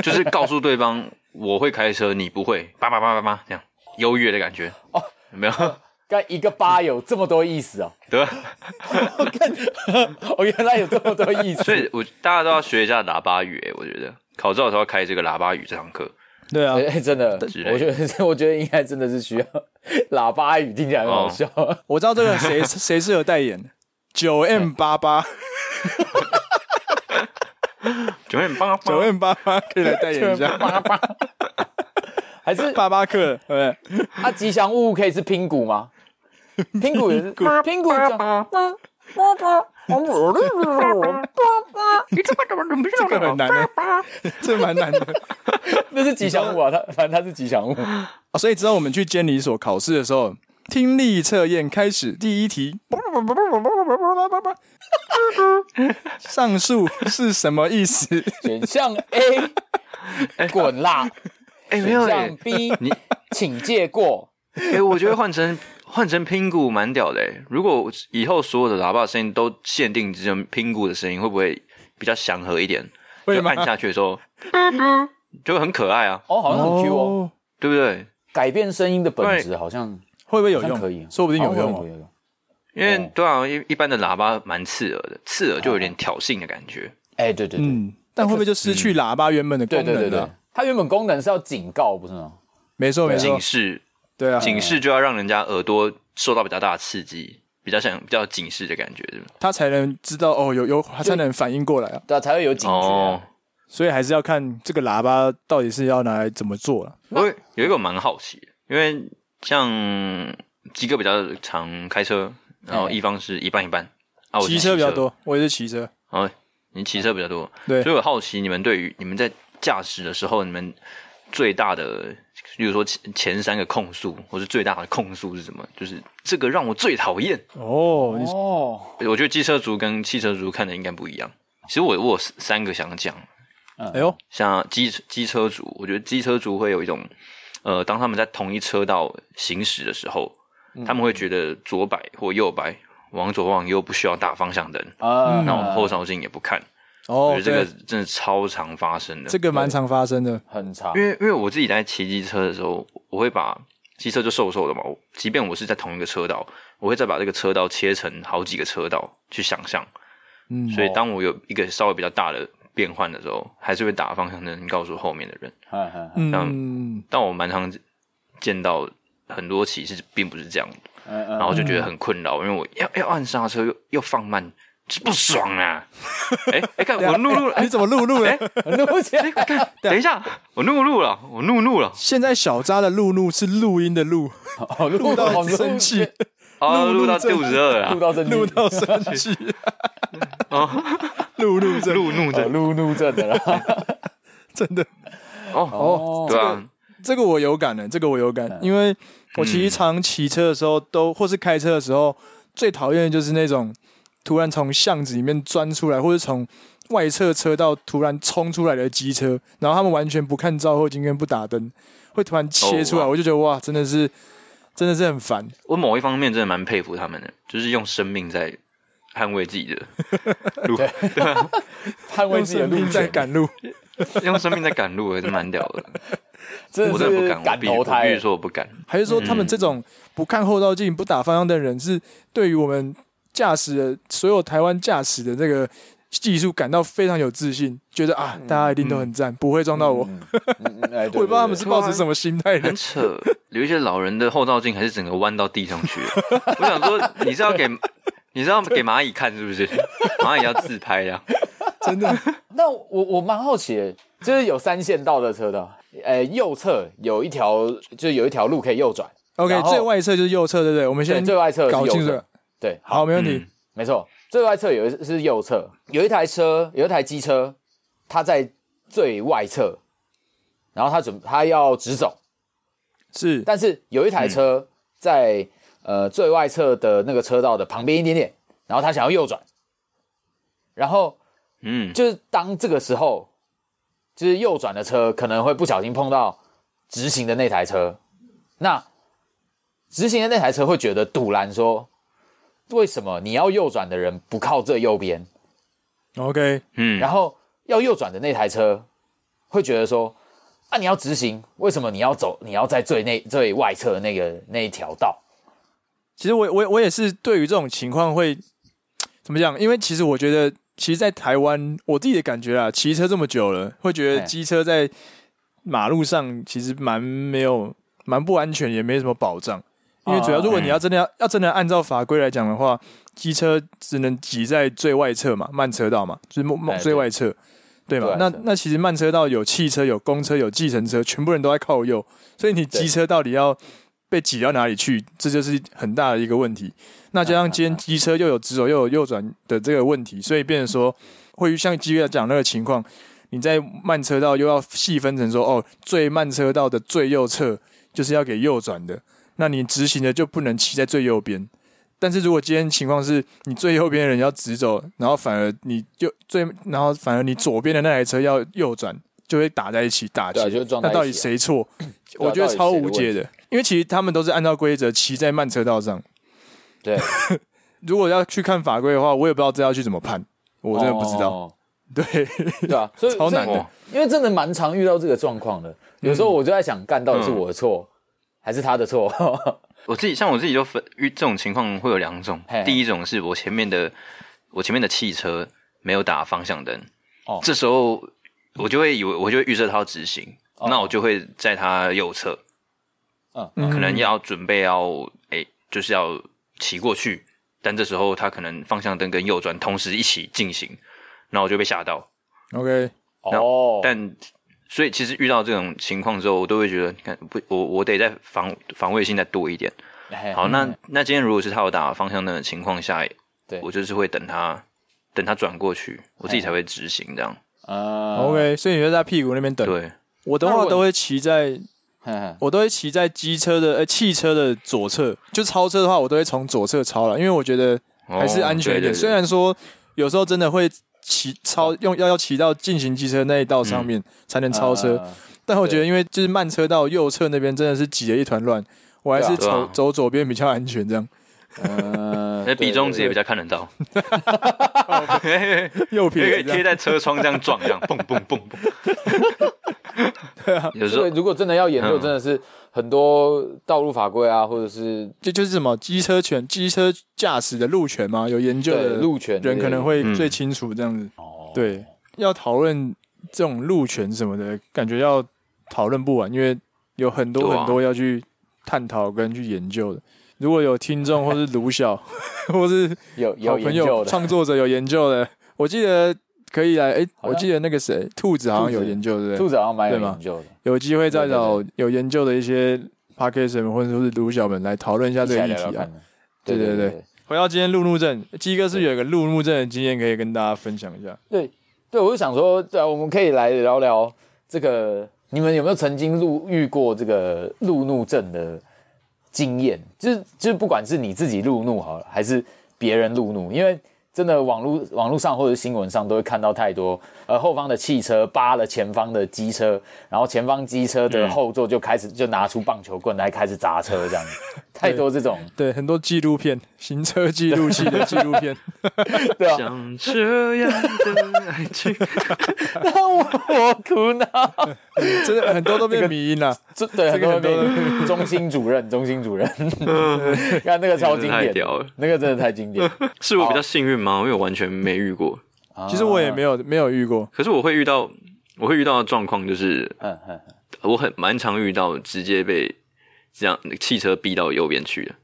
Speaker 3: 就是告诉对方我会开车，你不会，叭叭叭叭叭，这样优越的感觉哦，有没有？
Speaker 2: 干一个八有这么多意思哦！ <laughs>
Speaker 3: 对吧，
Speaker 2: 我看，哦，原来有这么多意思。
Speaker 3: 所以我大家都要学一下喇叭语，欸我觉得考照的时候要开这个喇叭语这堂课，
Speaker 1: 对啊
Speaker 2: 哎、，真的，
Speaker 3: 之类的
Speaker 2: 我觉得， <laughs> 我觉得应该真的是需要喇叭语，听起来很好笑。
Speaker 1: 我知道这 <laughs> 个谁谁适合代言，九 M 八 <laughs> 八，
Speaker 3: 九点八
Speaker 1: 九
Speaker 3: 八
Speaker 1: M 八八可以来代言一下，
Speaker 2: 叭叭，还
Speaker 1: <laughs>
Speaker 2: 是
Speaker 1: 巴巴克，对不对？
Speaker 2: 啊，吉祥物可以是拼骨吗？拼骨也是拼骨叫，
Speaker 1: 这个很难的，这蛮难的。
Speaker 2: <laughs> 那是吉祥物啊，它反正它是吉祥物。
Speaker 1: <laughs> 哦所以，之后我们去监理所考试的时候，听力测验开始，第一 <laughs> 题，上述是什么意思？
Speaker 2: 选项 A，滚啦！
Speaker 3: 哎，没有
Speaker 2: 选
Speaker 3: 哎
Speaker 2: 项，B，
Speaker 3: <laughs> 你
Speaker 2: 请借过。
Speaker 3: 哎，我觉得换成换成拼鼓蛮屌的欸。如果以后所有的喇叭声音都限定只有拼鼓的声音，会不会比较祥和一点？
Speaker 1: 会
Speaker 3: 就
Speaker 1: 吗
Speaker 3: 按下去的时候，就会很可爱啊，
Speaker 2: 哦，好像很 Q 哦。
Speaker 1: 哦，
Speaker 3: 对不对？
Speaker 2: 改变声音的本质好像
Speaker 1: 会不会有
Speaker 2: 好像
Speaker 1: 用？
Speaker 2: 可以，
Speaker 1: 说不定有用
Speaker 2: 好像可以
Speaker 1: 哦。
Speaker 2: 有用。
Speaker 3: 因为
Speaker 2: 哦
Speaker 3: 对啊，一一般的喇叭蛮刺耳的，刺耳就有点挑衅的感觉。
Speaker 2: 哎，对对对
Speaker 1: 嗯，但会不会就失去喇叭原本的功
Speaker 2: 对
Speaker 1: 能了？
Speaker 2: 对对对，它原本功能是要警告，不是吗？
Speaker 1: 没错没
Speaker 2: 啊
Speaker 1: 错
Speaker 3: 警，示，
Speaker 1: 对
Speaker 2: 嗯
Speaker 1: 啊，
Speaker 3: 警示就要让人家耳朵受到比较大的刺激，比较像比较警示的感觉，是吧
Speaker 1: 他才能知道哦，有有他才能反应过来啊。
Speaker 2: 对啊，才会有警觉
Speaker 3: 哦
Speaker 2: 啊。，
Speaker 1: 所以还是要看这个喇叭到底是要拿来怎么做啊了。
Speaker 3: 我有有一个我蛮好奇的，因为像鸡哥比较常开车，然后
Speaker 2: 哎
Speaker 3: 一方是一半一半，啊，我是
Speaker 1: 骑车比较，多，我也是骑车。
Speaker 3: 哦，你骑车比较多，
Speaker 1: 对
Speaker 3: 所以我好奇你们对于你们在驾驶的时候，你们最大的，比如说前前三个控诉，或是最大的控诉是什么？就是这个让我最讨厌。
Speaker 1: 哦，你
Speaker 2: 哦，
Speaker 3: 我觉得机车族跟汽车族看的应该不一样。其实我我有三个想讲，
Speaker 1: 哎呦，
Speaker 3: 像机机车族，我觉得机车族会有一种，呃，当他们在同一车道行驶的时候，他们会觉得左摆或右摆，往左往右不需要打方向灯，
Speaker 1: 嗯
Speaker 2: 啊，
Speaker 3: 然后后照镜也不看。
Speaker 1: 哦，
Speaker 3: 我觉得这
Speaker 1: 对
Speaker 3: 个真的超常发生的。
Speaker 1: 这个蛮常发生的。
Speaker 2: 很长
Speaker 3: 因，为因为我自己在骑机车的时候，我会把机车就瘦瘦的嘛，我即便我是在同一个车道，我会再把这个车道切成好几个车道去想象。
Speaker 1: 嗯
Speaker 3: 所以当我有一个稍微比较大的变换的时候，还是会打方向灯告诉后面的人。
Speaker 2: 嗯嗯嗯
Speaker 1: 嗯，
Speaker 3: 但我蛮常见到很多骑士并不是这样的，
Speaker 2: 嗯嗯
Speaker 3: 然后就觉得很困扰，因为我要要按刹车又又放慢，就是不爽啊！
Speaker 1: <laughs>
Speaker 3: 哎哎，看我怒怒了，
Speaker 1: 啊你
Speaker 3: 哎
Speaker 1: 怎么录录了？
Speaker 2: 嗯，录起来，
Speaker 3: <laughs> 等一下，我怒怒了，我怒怒了，
Speaker 1: 现在小扎的路怒是录音的
Speaker 3: <laughs>
Speaker 1: 录，
Speaker 2: 哦录
Speaker 1: 录到
Speaker 2: 哦
Speaker 1: 生气，
Speaker 3: 啊，
Speaker 1: 怒怒
Speaker 3: 录到
Speaker 1: 症
Speaker 3: 肚子饿了
Speaker 2: 录 <laughs>
Speaker 3: 啊，
Speaker 2: 到生气，
Speaker 1: 录到生气， <laughs> 录录这
Speaker 3: 哦路怒
Speaker 2: 哦
Speaker 3: 症
Speaker 2: 路怒症的啦。
Speaker 1: 真的
Speaker 3: 哦，
Speaker 2: 哦，
Speaker 3: 对啊，
Speaker 1: 这个我有感的、这个我有感，因为我其
Speaker 3: 嗯
Speaker 1: 实常骑车的时候都，或是开车的时候，最讨厌的就是那种突然从巷子里面钻出来，或者从外侧车道突然冲出来的机车，然后他们完全不看照后镜跟不打灯，会突然切出来，
Speaker 3: 哦哇
Speaker 1: 我就觉得哇，真的是真的是很烦。
Speaker 3: 我某一方面真的蛮佩服他们的，就是用生命在捍卫自己的路，
Speaker 2: 捍卫
Speaker 1: 用
Speaker 2: 自己的
Speaker 1: 生
Speaker 2: 路
Speaker 1: 命在
Speaker 2: 权，
Speaker 1: 赶路，
Speaker 3: 用生命在赶路，还是蛮屌的。
Speaker 2: 真
Speaker 3: 我
Speaker 2: 的
Speaker 3: 真的不
Speaker 2: 是
Speaker 3: 敢，我
Speaker 2: 赶
Speaker 3: 必
Speaker 2: 投
Speaker 3: 我必
Speaker 2: 胎
Speaker 3: 须。说我不敢。
Speaker 1: 还是说他们这种不看后照镜、不打方向灯的人，是对于我们驾驶的所有台湾驾驶的这个技术感到非常有自信，觉得啊，大家一定都很赞，不会撞到我。
Speaker 2: 嗯啊嗯哎
Speaker 1: <laughs>
Speaker 2: 对
Speaker 1: 我也不知道他
Speaker 2: 对
Speaker 1: 们
Speaker 2: 对
Speaker 1: 是抱持什么心态的
Speaker 3: 很。扯，有一些老人的后照镜还是整个弯到地上去 <laughs> 了。我想说，你是要给你是要给蚂蚁看是不是？蚂蚁要自拍呀、
Speaker 1: <laughs>
Speaker 2: 那我我蛮好奇的，就是有三线道的车道，呃，右侧有一条，就是有一条路可以右转。
Speaker 1: OK，
Speaker 2: 然后
Speaker 1: 最外侧就是右侧，对不对？我们
Speaker 2: 对，
Speaker 1: 先
Speaker 2: 最外侧是
Speaker 1: 搞
Speaker 2: 右
Speaker 1: 清
Speaker 2: 侧
Speaker 1: 楚。。
Speaker 2: 对，
Speaker 1: 好，没问题
Speaker 3: 嗯。
Speaker 2: 没错，最外侧有一是右侧，有一台车，有一台机车，它在最外侧，然后它准它要直走，
Speaker 1: 是
Speaker 2: 但是有一台
Speaker 1: 嗯
Speaker 2: 车在、呃最外侧的那个车道的旁边一点点，然后它想要右转，然后
Speaker 3: 嗯，
Speaker 2: 就是当这个时候，就是右转的车可能会不小心碰到直行的那台车，那直行的那台车会觉得堵拦说，为什么你要右转的人不靠这右边，
Speaker 1: OK，
Speaker 3: 嗯，
Speaker 2: 然后要右转的那台车会觉得说，啊你要直行，为什么你要走，你要在最内最外侧的那个那一条道？
Speaker 1: 其实我我我也是对于这种情况会怎么讲？因为其实我觉得，其实，在台湾我自己的感觉啊，骑车这么久了，会觉得
Speaker 2: 哎
Speaker 1: 机车在马路上其实蛮没有、蛮不安全，也没什么保障。因为主要，
Speaker 2: 哦
Speaker 1: 如果你要真的要、要真的按照法规来讲的话，机车只能挤在最外侧嘛，慢车道嘛，就是
Speaker 2: 哎对啊
Speaker 1: 最外侧，对嘛？
Speaker 2: 最
Speaker 1: 那
Speaker 2: 外侧
Speaker 1: 那其实慢车道有汽车、有公车、有计程车，全部人都在靠右，所以你机车到底要被挤到哪里去，这就是很大的一个问题。那加
Speaker 2: 啊
Speaker 1: 上今天机车又有直走又有右转的这个问题，所以变成说会像机月讲那个情况，你在慢车道又要细分成说，哦，最慢车道的最右侧就是要给右转的，那你直行的就不能骑在最右边。但是如果今天情况是你最右边的人要直走，然后反而你就最，然后反而你左边的那台车要右转，就会打在一起打起来
Speaker 2: 对啊，就是撞在
Speaker 1: 那
Speaker 2: 一起啊
Speaker 1: 到底谁错？
Speaker 2: 啊
Speaker 1: 我觉得超无
Speaker 2: 到底
Speaker 1: 解
Speaker 2: 谁
Speaker 1: 的，因为其实他们都是按照规则骑在慢车道上。
Speaker 2: 对，
Speaker 1: <laughs> 如果要去看法规的话，我也不知道这要去怎么判，我真的不知道。
Speaker 2: 哦
Speaker 1: 对，
Speaker 2: <laughs> 对啊，所以
Speaker 1: 超难的
Speaker 2: 所以因为真的蛮常遇到这个状况的。有时候我就在想，干到底是我
Speaker 1: 嗯
Speaker 2: 的错、还是他的错？ <laughs>
Speaker 3: 我自己像我自己就分遇这种情况会有两种
Speaker 2: 嘿，
Speaker 3: 第一种是我前面的我前面的汽车没有打方向灯，
Speaker 2: 哦
Speaker 3: 这时候我就会以为我就会预设它要直行，
Speaker 2: 哦
Speaker 3: 那我就会在它右侧，
Speaker 2: 嗯
Speaker 1: 嗯
Speaker 3: 可能要准备要诶、就是要骑过去，但这时候它可能方向灯跟右转同时一起进行，那我就被吓到，
Speaker 1: OK，
Speaker 2: 哦，
Speaker 3: 但。所以其实遇到这种情况之后，我都会觉得，你看不，我我得再防防卫性再多一点。
Speaker 2: 嘿
Speaker 3: 好，那
Speaker 1: 嗯
Speaker 3: 那今天如果是他有打方向灯的情况下，
Speaker 2: 对
Speaker 3: 我就是会等他等他转过去，我自己才会执行这样。
Speaker 2: 嗯
Speaker 1: OK，所以你就在屁股那边等。
Speaker 3: 对，
Speaker 1: 我的
Speaker 2: 那如
Speaker 1: 话
Speaker 2: 果
Speaker 1: 都会骑在，
Speaker 2: 嘿嘿
Speaker 1: 我都会骑在机车的呃汽车的左侧，就超车的话，我都会从左侧超了，因为我觉得还是
Speaker 3: 哦
Speaker 1: 安全一
Speaker 3: 对
Speaker 1: 点。
Speaker 3: 对对
Speaker 1: 虽然说有时候真的会骑超用要要骑到进行机车那一道上面、才能超车，
Speaker 2: 嗯
Speaker 1: <laughs> 但我觉得因为就是慢车道右侧那边真的是挤得一团乱，我还是
Speaker 3: 对啊
Speaker 1: 走、
Speaker 3: 对啊
Speaker 1: 走左边比较安全。这样 <laughs>
Speaker 2: 嗯
Speaker 3: 那比中指也比
Speaker 2: 较
Speaker 3: 较看得到， <laughs>
Speaker 1: 右
Speaker 3: 也可
Speaker 1: <laughs> 撇子
Speaker 3: 以
Speaker 1: 这样
Speaker 3: 贴在车窗这样撞，这样蹦蹦蹦蹦。
Speaker 1: <laughs> 啊
Speaker 3: 有时
Speaker 2: 这个
Speaker 3: 候
Speaker 2: 如果真的要研究，
Speaker 3: 嗯
Speaker 2: 真的是很多道路法规啊，或者是
Speaker 1: 就就是什么机车权、机车驾驶的路权嘛，有研究
Speaker 2: 对
Speaker 1: 的
Speaker 2: 路权
Speaker 1: 人可能会
Speaker 3: 嗯
Speaker 1: 最清楚这样子。
Speaker 2: 哦，
Speaker 1: 对，要讨论这种路权什么的，感觉要讨论不完，因为有很多
Speaker 3: 对啊
Speaker 1: 很多要去探讨跟去研究的。如果有听众或是卢晓， <laughs> 或是
Speaker 2: 有
Speaker 1: 好
Speaker 2: 有
Speaker 1: 朋
Speaker 2: 研
Speaker 1: 友
Speaker 2: 究的，
Speaker 1: 创作者有研究的，我记得可以来。哎、
Speaker 2: 好
Speaker 1: 我
Speaker 2: 像
Speaker 1: 记得那个谁，兔子好像有研究，对不对
Speaker 2: 兔？子好像蛮有
Speaker 1: 对吗
Speaker 2: 研究的，
Speaker 1: 有机会再
Speaker 2: 对对
Speaker 1: 找有研究的一些 p a r k e t 或者说是卢晓们来讨论一下
Speaker 2: 一
Speaker 1: 这
Speaker 2: 起
Speaker 1: 个
Speaker 2: 来
Speaker 1: 议
Speaker 2: 聊聊
Speaker 1: 题啊
Speaker 2: 看。。
Speaker 1: 对
Speaker 2: 对
Speaker 1: 对对
Speaker 2: 对，
Speaker 1: 回到今天路怒症，鸡哥是不是有一个路怒症的经验可以跟大家分享一下？
Speaker 2: 对对，我就想说，对啊，我们可以来聊聊这个你们有没有曾经路遇过这个路怒症的经验？就是就是，不管是你自己路怒好了，还是别人路怒，因为真的网络网络上或者新闻上都会看到太多，呃，后方的汽车扒了前方的机车，然后前方机车的后座就开始、就拿出棒球棍来开始砸车，这样 <laughs> 子，太多这种
Speaker 1: 对，很多纪录片，行车记录器的纪录片，
Speaker 2: 对啊，
Speaker 3: 像这样的爱
Speaker 1: <laughs>
Speaker 3: 情，
Speaker 2: 让 <laughs> 我我苦恼。
Speaker 1: 真的很多都变迷啊音了。
Speaker 2: 这对
Speaker 1: 这
Speaker 2: 很
Speaker 1: 个
Speaker 2: 多
Speaker 1: 很多
Speaker 2: 人被中心主任，中心主任， <laughs> 看那个超经
Speaker 3: 那个真的太
Speaker 2: 典
Speaker 3: 屌了，
Speaker 2: 那个真的太经典。
Speaker 3: 是我比较幸运吗？因为我完全没遇过，
Speaker 2: 啊
Speaker 1: 其实我也没有没有遇过，
Speaker 3: 可是我会遇到，我会遇到的状况就是，
Speaker 2: 嗯嗯，嗯
Speaker 3: 我很蛮常遇到直接被这样汽车逼到右边去的，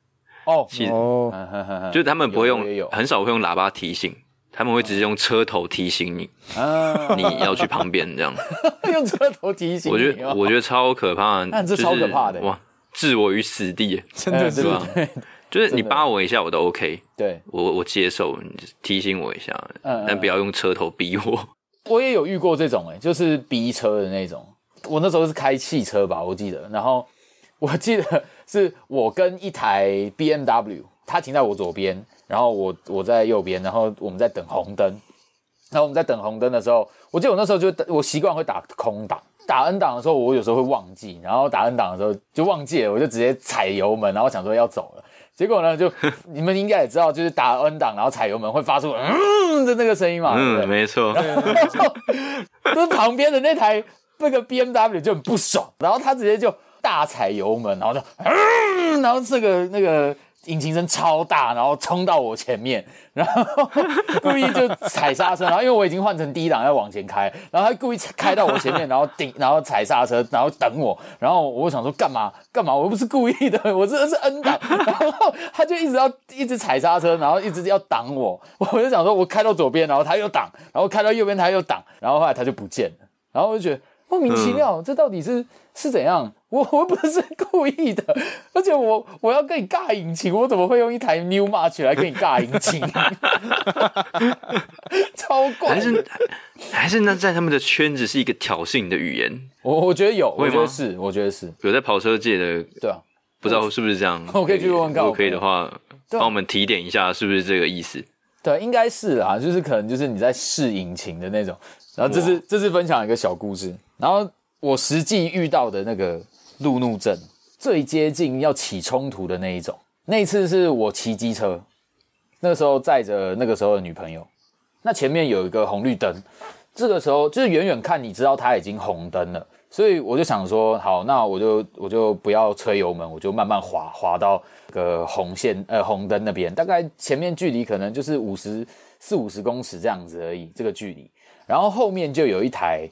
Speaker 2: 哦，
Speaker 3: 汽
Speaker 1: 哦，
Speaker 2: 嗯嗯嗯嗯
Speaker 3: 就是他们不会
Speaker 2: 有有
Speaker 3: 用，
Speaker 2: 有
Speaker 3: 很少会用喇叭提醒，他们会直接用车头提醒你，
Speaker 2: 啊，
Speaker 3: <laughs> 你要去旁边
Speaker 2: <laughs>
Speaker 3: 这样。
Speaker 2: <laughs> 用车头提醒你哦，
Speaker 3: 我觉得我觉得超可怕的，
Speaker 2: 那这
Speaker 3: 就是
Speaker 2: 超可怕的欸
Speaker 3: 哇，置我于死地，
Speaker 1: 真
Speaker 2: 哎
Speaker 1: 的
Speaker 2: 对
Speaker 1: 是
Speaker 3: 对
Speaker 2: 对
Speaker 3: 吧？就是你
Speaker 2: 真的
Speaker 3: 扒我一下我都 OK，
Speaker 2: 对，
Speaker 3: 我我接受，你提醒我一下，
Speaker 2: 嗯嗯
Speaker 3: 但不要用车头逼我。
Speaker 2: 我也有遇过这种、欸，就是逼车的那种。我那时候是开汽车吧，我记得，然后我记得是我跟一台 B M W，它停在我左边，然后我我在右边，然后我们在等红灯。然后我们在等红灯的时候，我记得我那时候就我习惯会打空档，打 N 档的时候我有时候会忘记，然后打 N 档的时候就忘记了，我就直接踩油门，然后想说要走了。结果呢，就 <laughs> 你们应该也知道，就是打 N 档然后踩油门会发出嗯的那个声音嘛，对不对
Speaker 3: 嗯，？没错，
Speaker 2: 就是旁边的那台那个 B M W 就很不爽，然后他直接就大踩油门，然后就，嗯、然后这个那个引擎声超大，然后冲到我前面，然后故意就踩刹车，然后因为我已经换成低档要往前开，然后他故意开到我前面，然后顶，然后踩刹车，然后等我，然后我想说干嘛干嘛，我又不是故意的，我真的是 N 档，然后他就一直要一直踩刹车，然后一直要挡我，我就想说我开到左边，然后他又挡，然后开到右边他又挡，然后后来他就不见了，然后我就觉得。莫名其妙，
Speaker 3: 嗯
Speaker 2: 这到底是是怎样？ <laughs> 我我不是故意的，而且我我要跟你尬引擎，我怎么会用一台 New March 来跟你尬引擎？ <laughs> 超怪
Speaker 3: 还
Speaker 2: 的！
Speaker 3: 是还是那在他们的圈子是一个挑衅的语言。
Speaker 2: 我我觉得有，我
Speaker 3: 会
Speaker 2: 觉得
Speaker 3: 吗
Speaker 2: 是，我觉得是
Speaker 3: 有在跑车界的，
Speaker 2: 对啊。
Speaker 3: 不知道是不是这样？
Speaker 2: <laughs> 我可以去问问看
Speaker 3: 如果可以的话，
Speaker 2: 对啊
Speaker 3: 帮我们提点一下，是不是这个意思？
Speaker 2: 对，啊应该是啦，就是可能就是你在试引擎的那种。然后这是这是分享一个小故事，然后我实际遇到的那个路怒症，最接近要起冲突的那一种。那一次是我骑机车，那个时候载着那个时候的女朋友，那前面有一个红绿灯，这个时候就是远远看，你知道它已经红灯了，所以我就想说，好，那我就我就不要吹油门，我就慢慢滑滑到那个红线呃红灯那边，大概前面距离可能就是五十四五十公尺这样子而已，这个距离。然后后面就有一台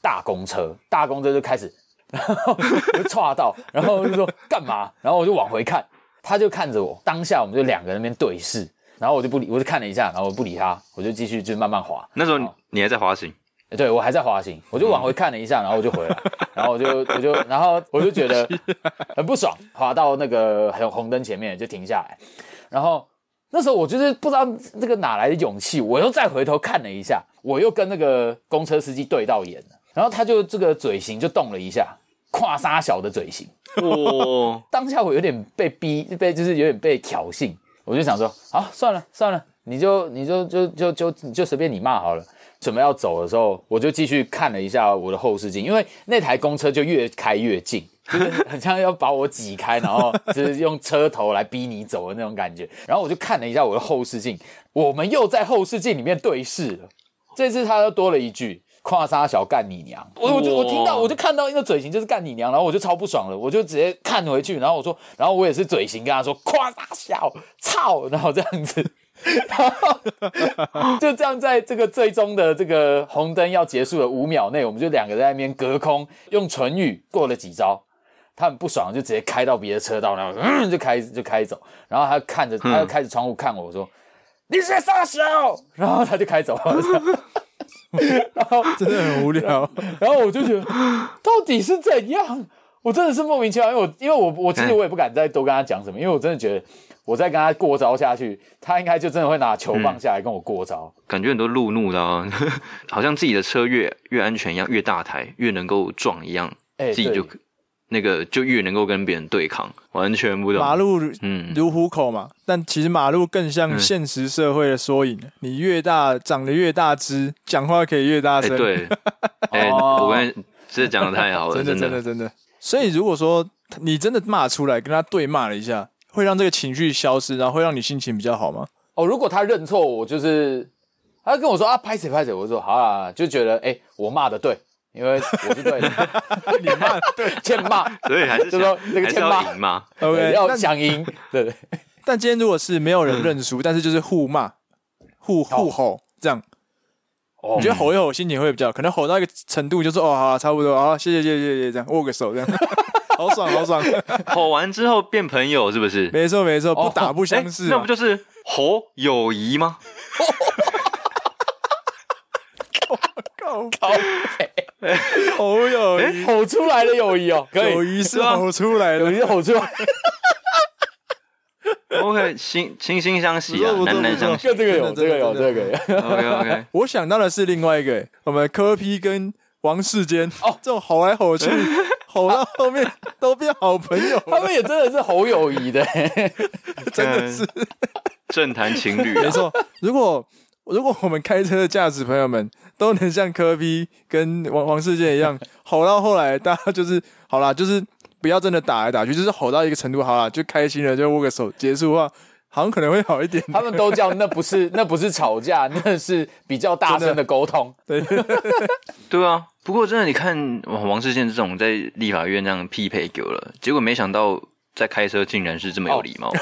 Speaker 2: 大公车，大公车就开始，然后我就岔到，然后我就说干嘛？然后我就往回看，他就看着我，当下我们就两个人在那边对视，然后我就不理，我就看了一下，然后我不理他，我就继续就慢慢滑。
Speaker 3: 那时候你你还在
Speaker 2: <laughs>
Speaker 3: 滑行，
Speaker 2: 对我还在滑行，我就往回看了一下，然后我就回来，然后我就我就然后我就觉得很不爽，滑到那个红红灯前面就停下来，然后那时候我就是不知道那个哪来的勇气，我又再回头看了一下，我又跟那个公车司机对到眼了，然后他就这个嘴型就动了一下，跨沙小的嘴型，
Speaker 3: 哇，
Speaker 2: 当下我有点被逼，被就是有点被挑衅，我就想说，好，算了算了，你就你就就就就就随便你骂好了。准备要走的时候，我就继续看了一下我的后视镜，因为那台公车就越开越近， <laughs> 就是很像要把我挤开，然后就是用车头来逼你走的那种感觉。然后我就看了一下我的后视镜，我们又在后视镜里面对视了。这次他又多了一句“跨沙小干你娘”，我我就我听到
Speaker 3: 哇
Speaker 2: 我就看到那个嘴型就是干你娘，然后我就超不爽了，我就直接看回去，然后我说，然后我也是嘴型跟他说“跨沙小操”，然后这样子。 <laughs> 然后就这样，在这个最终的这个红灯要结束的五秒内，我们就两个在那边隔空用唇语过了几招，他很不爽，就直接开到别的车道，然后、嗯、就开就开走，然后他看着，他就开着窗户看我说：“你是傻小。”哦然后他就开走了。然后，
Speaker 1: 真的很无聊。
Speaker 2: 然后我就觉得，到底是怎样？我真的是莫名其妙，因为我因为我我其实我也不敢再多跟他讲什么，因为我真的觉得我再跟他过招下去，他应该就真的会拿球棒下来跟我过招。
Speaker 3: 感觉很多路怒的、啊， <laughs> 好像自己的车越越安全一样，越大台越能够撞一样，
Speaker 2: 哎
Speaker 3: 自己就
Speaker 2: 对
Speaker 3: 那个就越能够跟别人对抗，完全不懂。
Speaker 1: 马路
Speaker 3: 嗯
Speaker 1: 如虎口嘛，但其实马路更像现实社会的缩影。你越大，长得越大只，讲话可以越大
Speaker 3: 哎、
Speaker 1: 声。
Speaker 3: 对，哎、
Speaker 2: 哦
Speaker 3: 我跟你这讲的太好了，
Speaker 1: 真的
Speaker 3: 真
Speaker 1: 真的真的。所以如果说你真的骂出来，跟他对骂了一下，会让这个情绪消失，然后会让你心情比较好吗？
Speaker 2: 哦，如果他认错，我就是他跟我说啊拍谁拍谁，我就说好啦，就觉得哎、我骂的对，因为我是对的，
Speaker 1: <laughs> 你骂对
Speaker 2: 欠骂
Speaker 3: 所以还是
Speaker 2: 就
Speaker 3: 想
Speaker 2: 说那个
Speaker 3: 还是
Speaker 2: 欠骂
Speaker 3: 哎要赢嘛。
Speaker 1: ，OK
Speaker 2: 对要
Speaker 1: 但。
Speaker 2: 想赢，对对
Speaker 1: 但今天如果是没有人认
Speaker 3: 嗯
Speaker 1: 输，但是就是互骂、互互吼这样，
Speaker 2: 哦
Speaker 1: 你觉得吼一吼心情会比较好，可能吼到一个程度，就是哦，好啊，差不多啊，谢谢谢谢谢谢，这样握个手这样， <laughs> 好爽好爽。
Speaker 3: 吼完之后变朋友是不是？
Speaker 1: 没错没错，不打不
Speaker 3: 哎
Speaker 1: 相
Speaker 2: 啊
Speaker 1: 识、啊
Speaker 3: 那
Speaker 1: 嘛。
Speaker 3: 不就是吼友谊吗？
Speaker 1: 靠
Speaker 2: 好，
Speaker 1: 好友
Speaker 3: 哎
Speaker 1: 谊，
Speaker 2: 吼出来的友谊
Speaker 1: <laughs>
Speaker 2: 哦，可
Speaker 1: 友
Speaker 2: 以，
Speaker 1: 谊哎是吼出来
Speaker 2: 友
Speaker 1: 的，
Speaker 2: 谊吼出来，
Speaker 3: OK，惺惺惺相惜啊
Speaker 1: 不错不，错
Speaker 3: 难难相
Speaker 1: 不
Speaker 3: 惜。
Speaker 1: 错
Speaker 2: 这个有，
Speaker 1: <laughs>
Speaker 2: 这
Speaker 1: 真的
Speaker 2: 个有，
Speaker 1: 真的
Speaker 2: 这个有。
Speaker 3: OK OK，
Speaker 1: <laughs> 我想到的是另外一个、欸我们柯 P 跟王世坚哦，这种吼来吼 <laughs> 去，吼到后面都变好朋 <laughs> 友，
Speaker 2: 他们也真的是吼友谊的、 <laughs>
Speaker 1: 真的是
Speaker 3: 政坛情侣
Speaker 1: 没
Speaker 3: 啊，
Speaker 1: 错。如果如果我们开车的驾驶朋友们都能像柯 P 跟王王世坚一样吼到后来，大家就是好啦，就是不要真的打来打去，就是吼到一个程度，好啦，就开心了，就握个手，结束的话，好像可能会好 <laughs> 一点。
Speaker 2: 他们都叫那不是那不是吵架，那是比较大声的沟通。
Speaker 3: 对啊。不过真的，你看王王世坚这种在立法院这样匹配久了，结果没想到在开车竟然是这么有礼貌，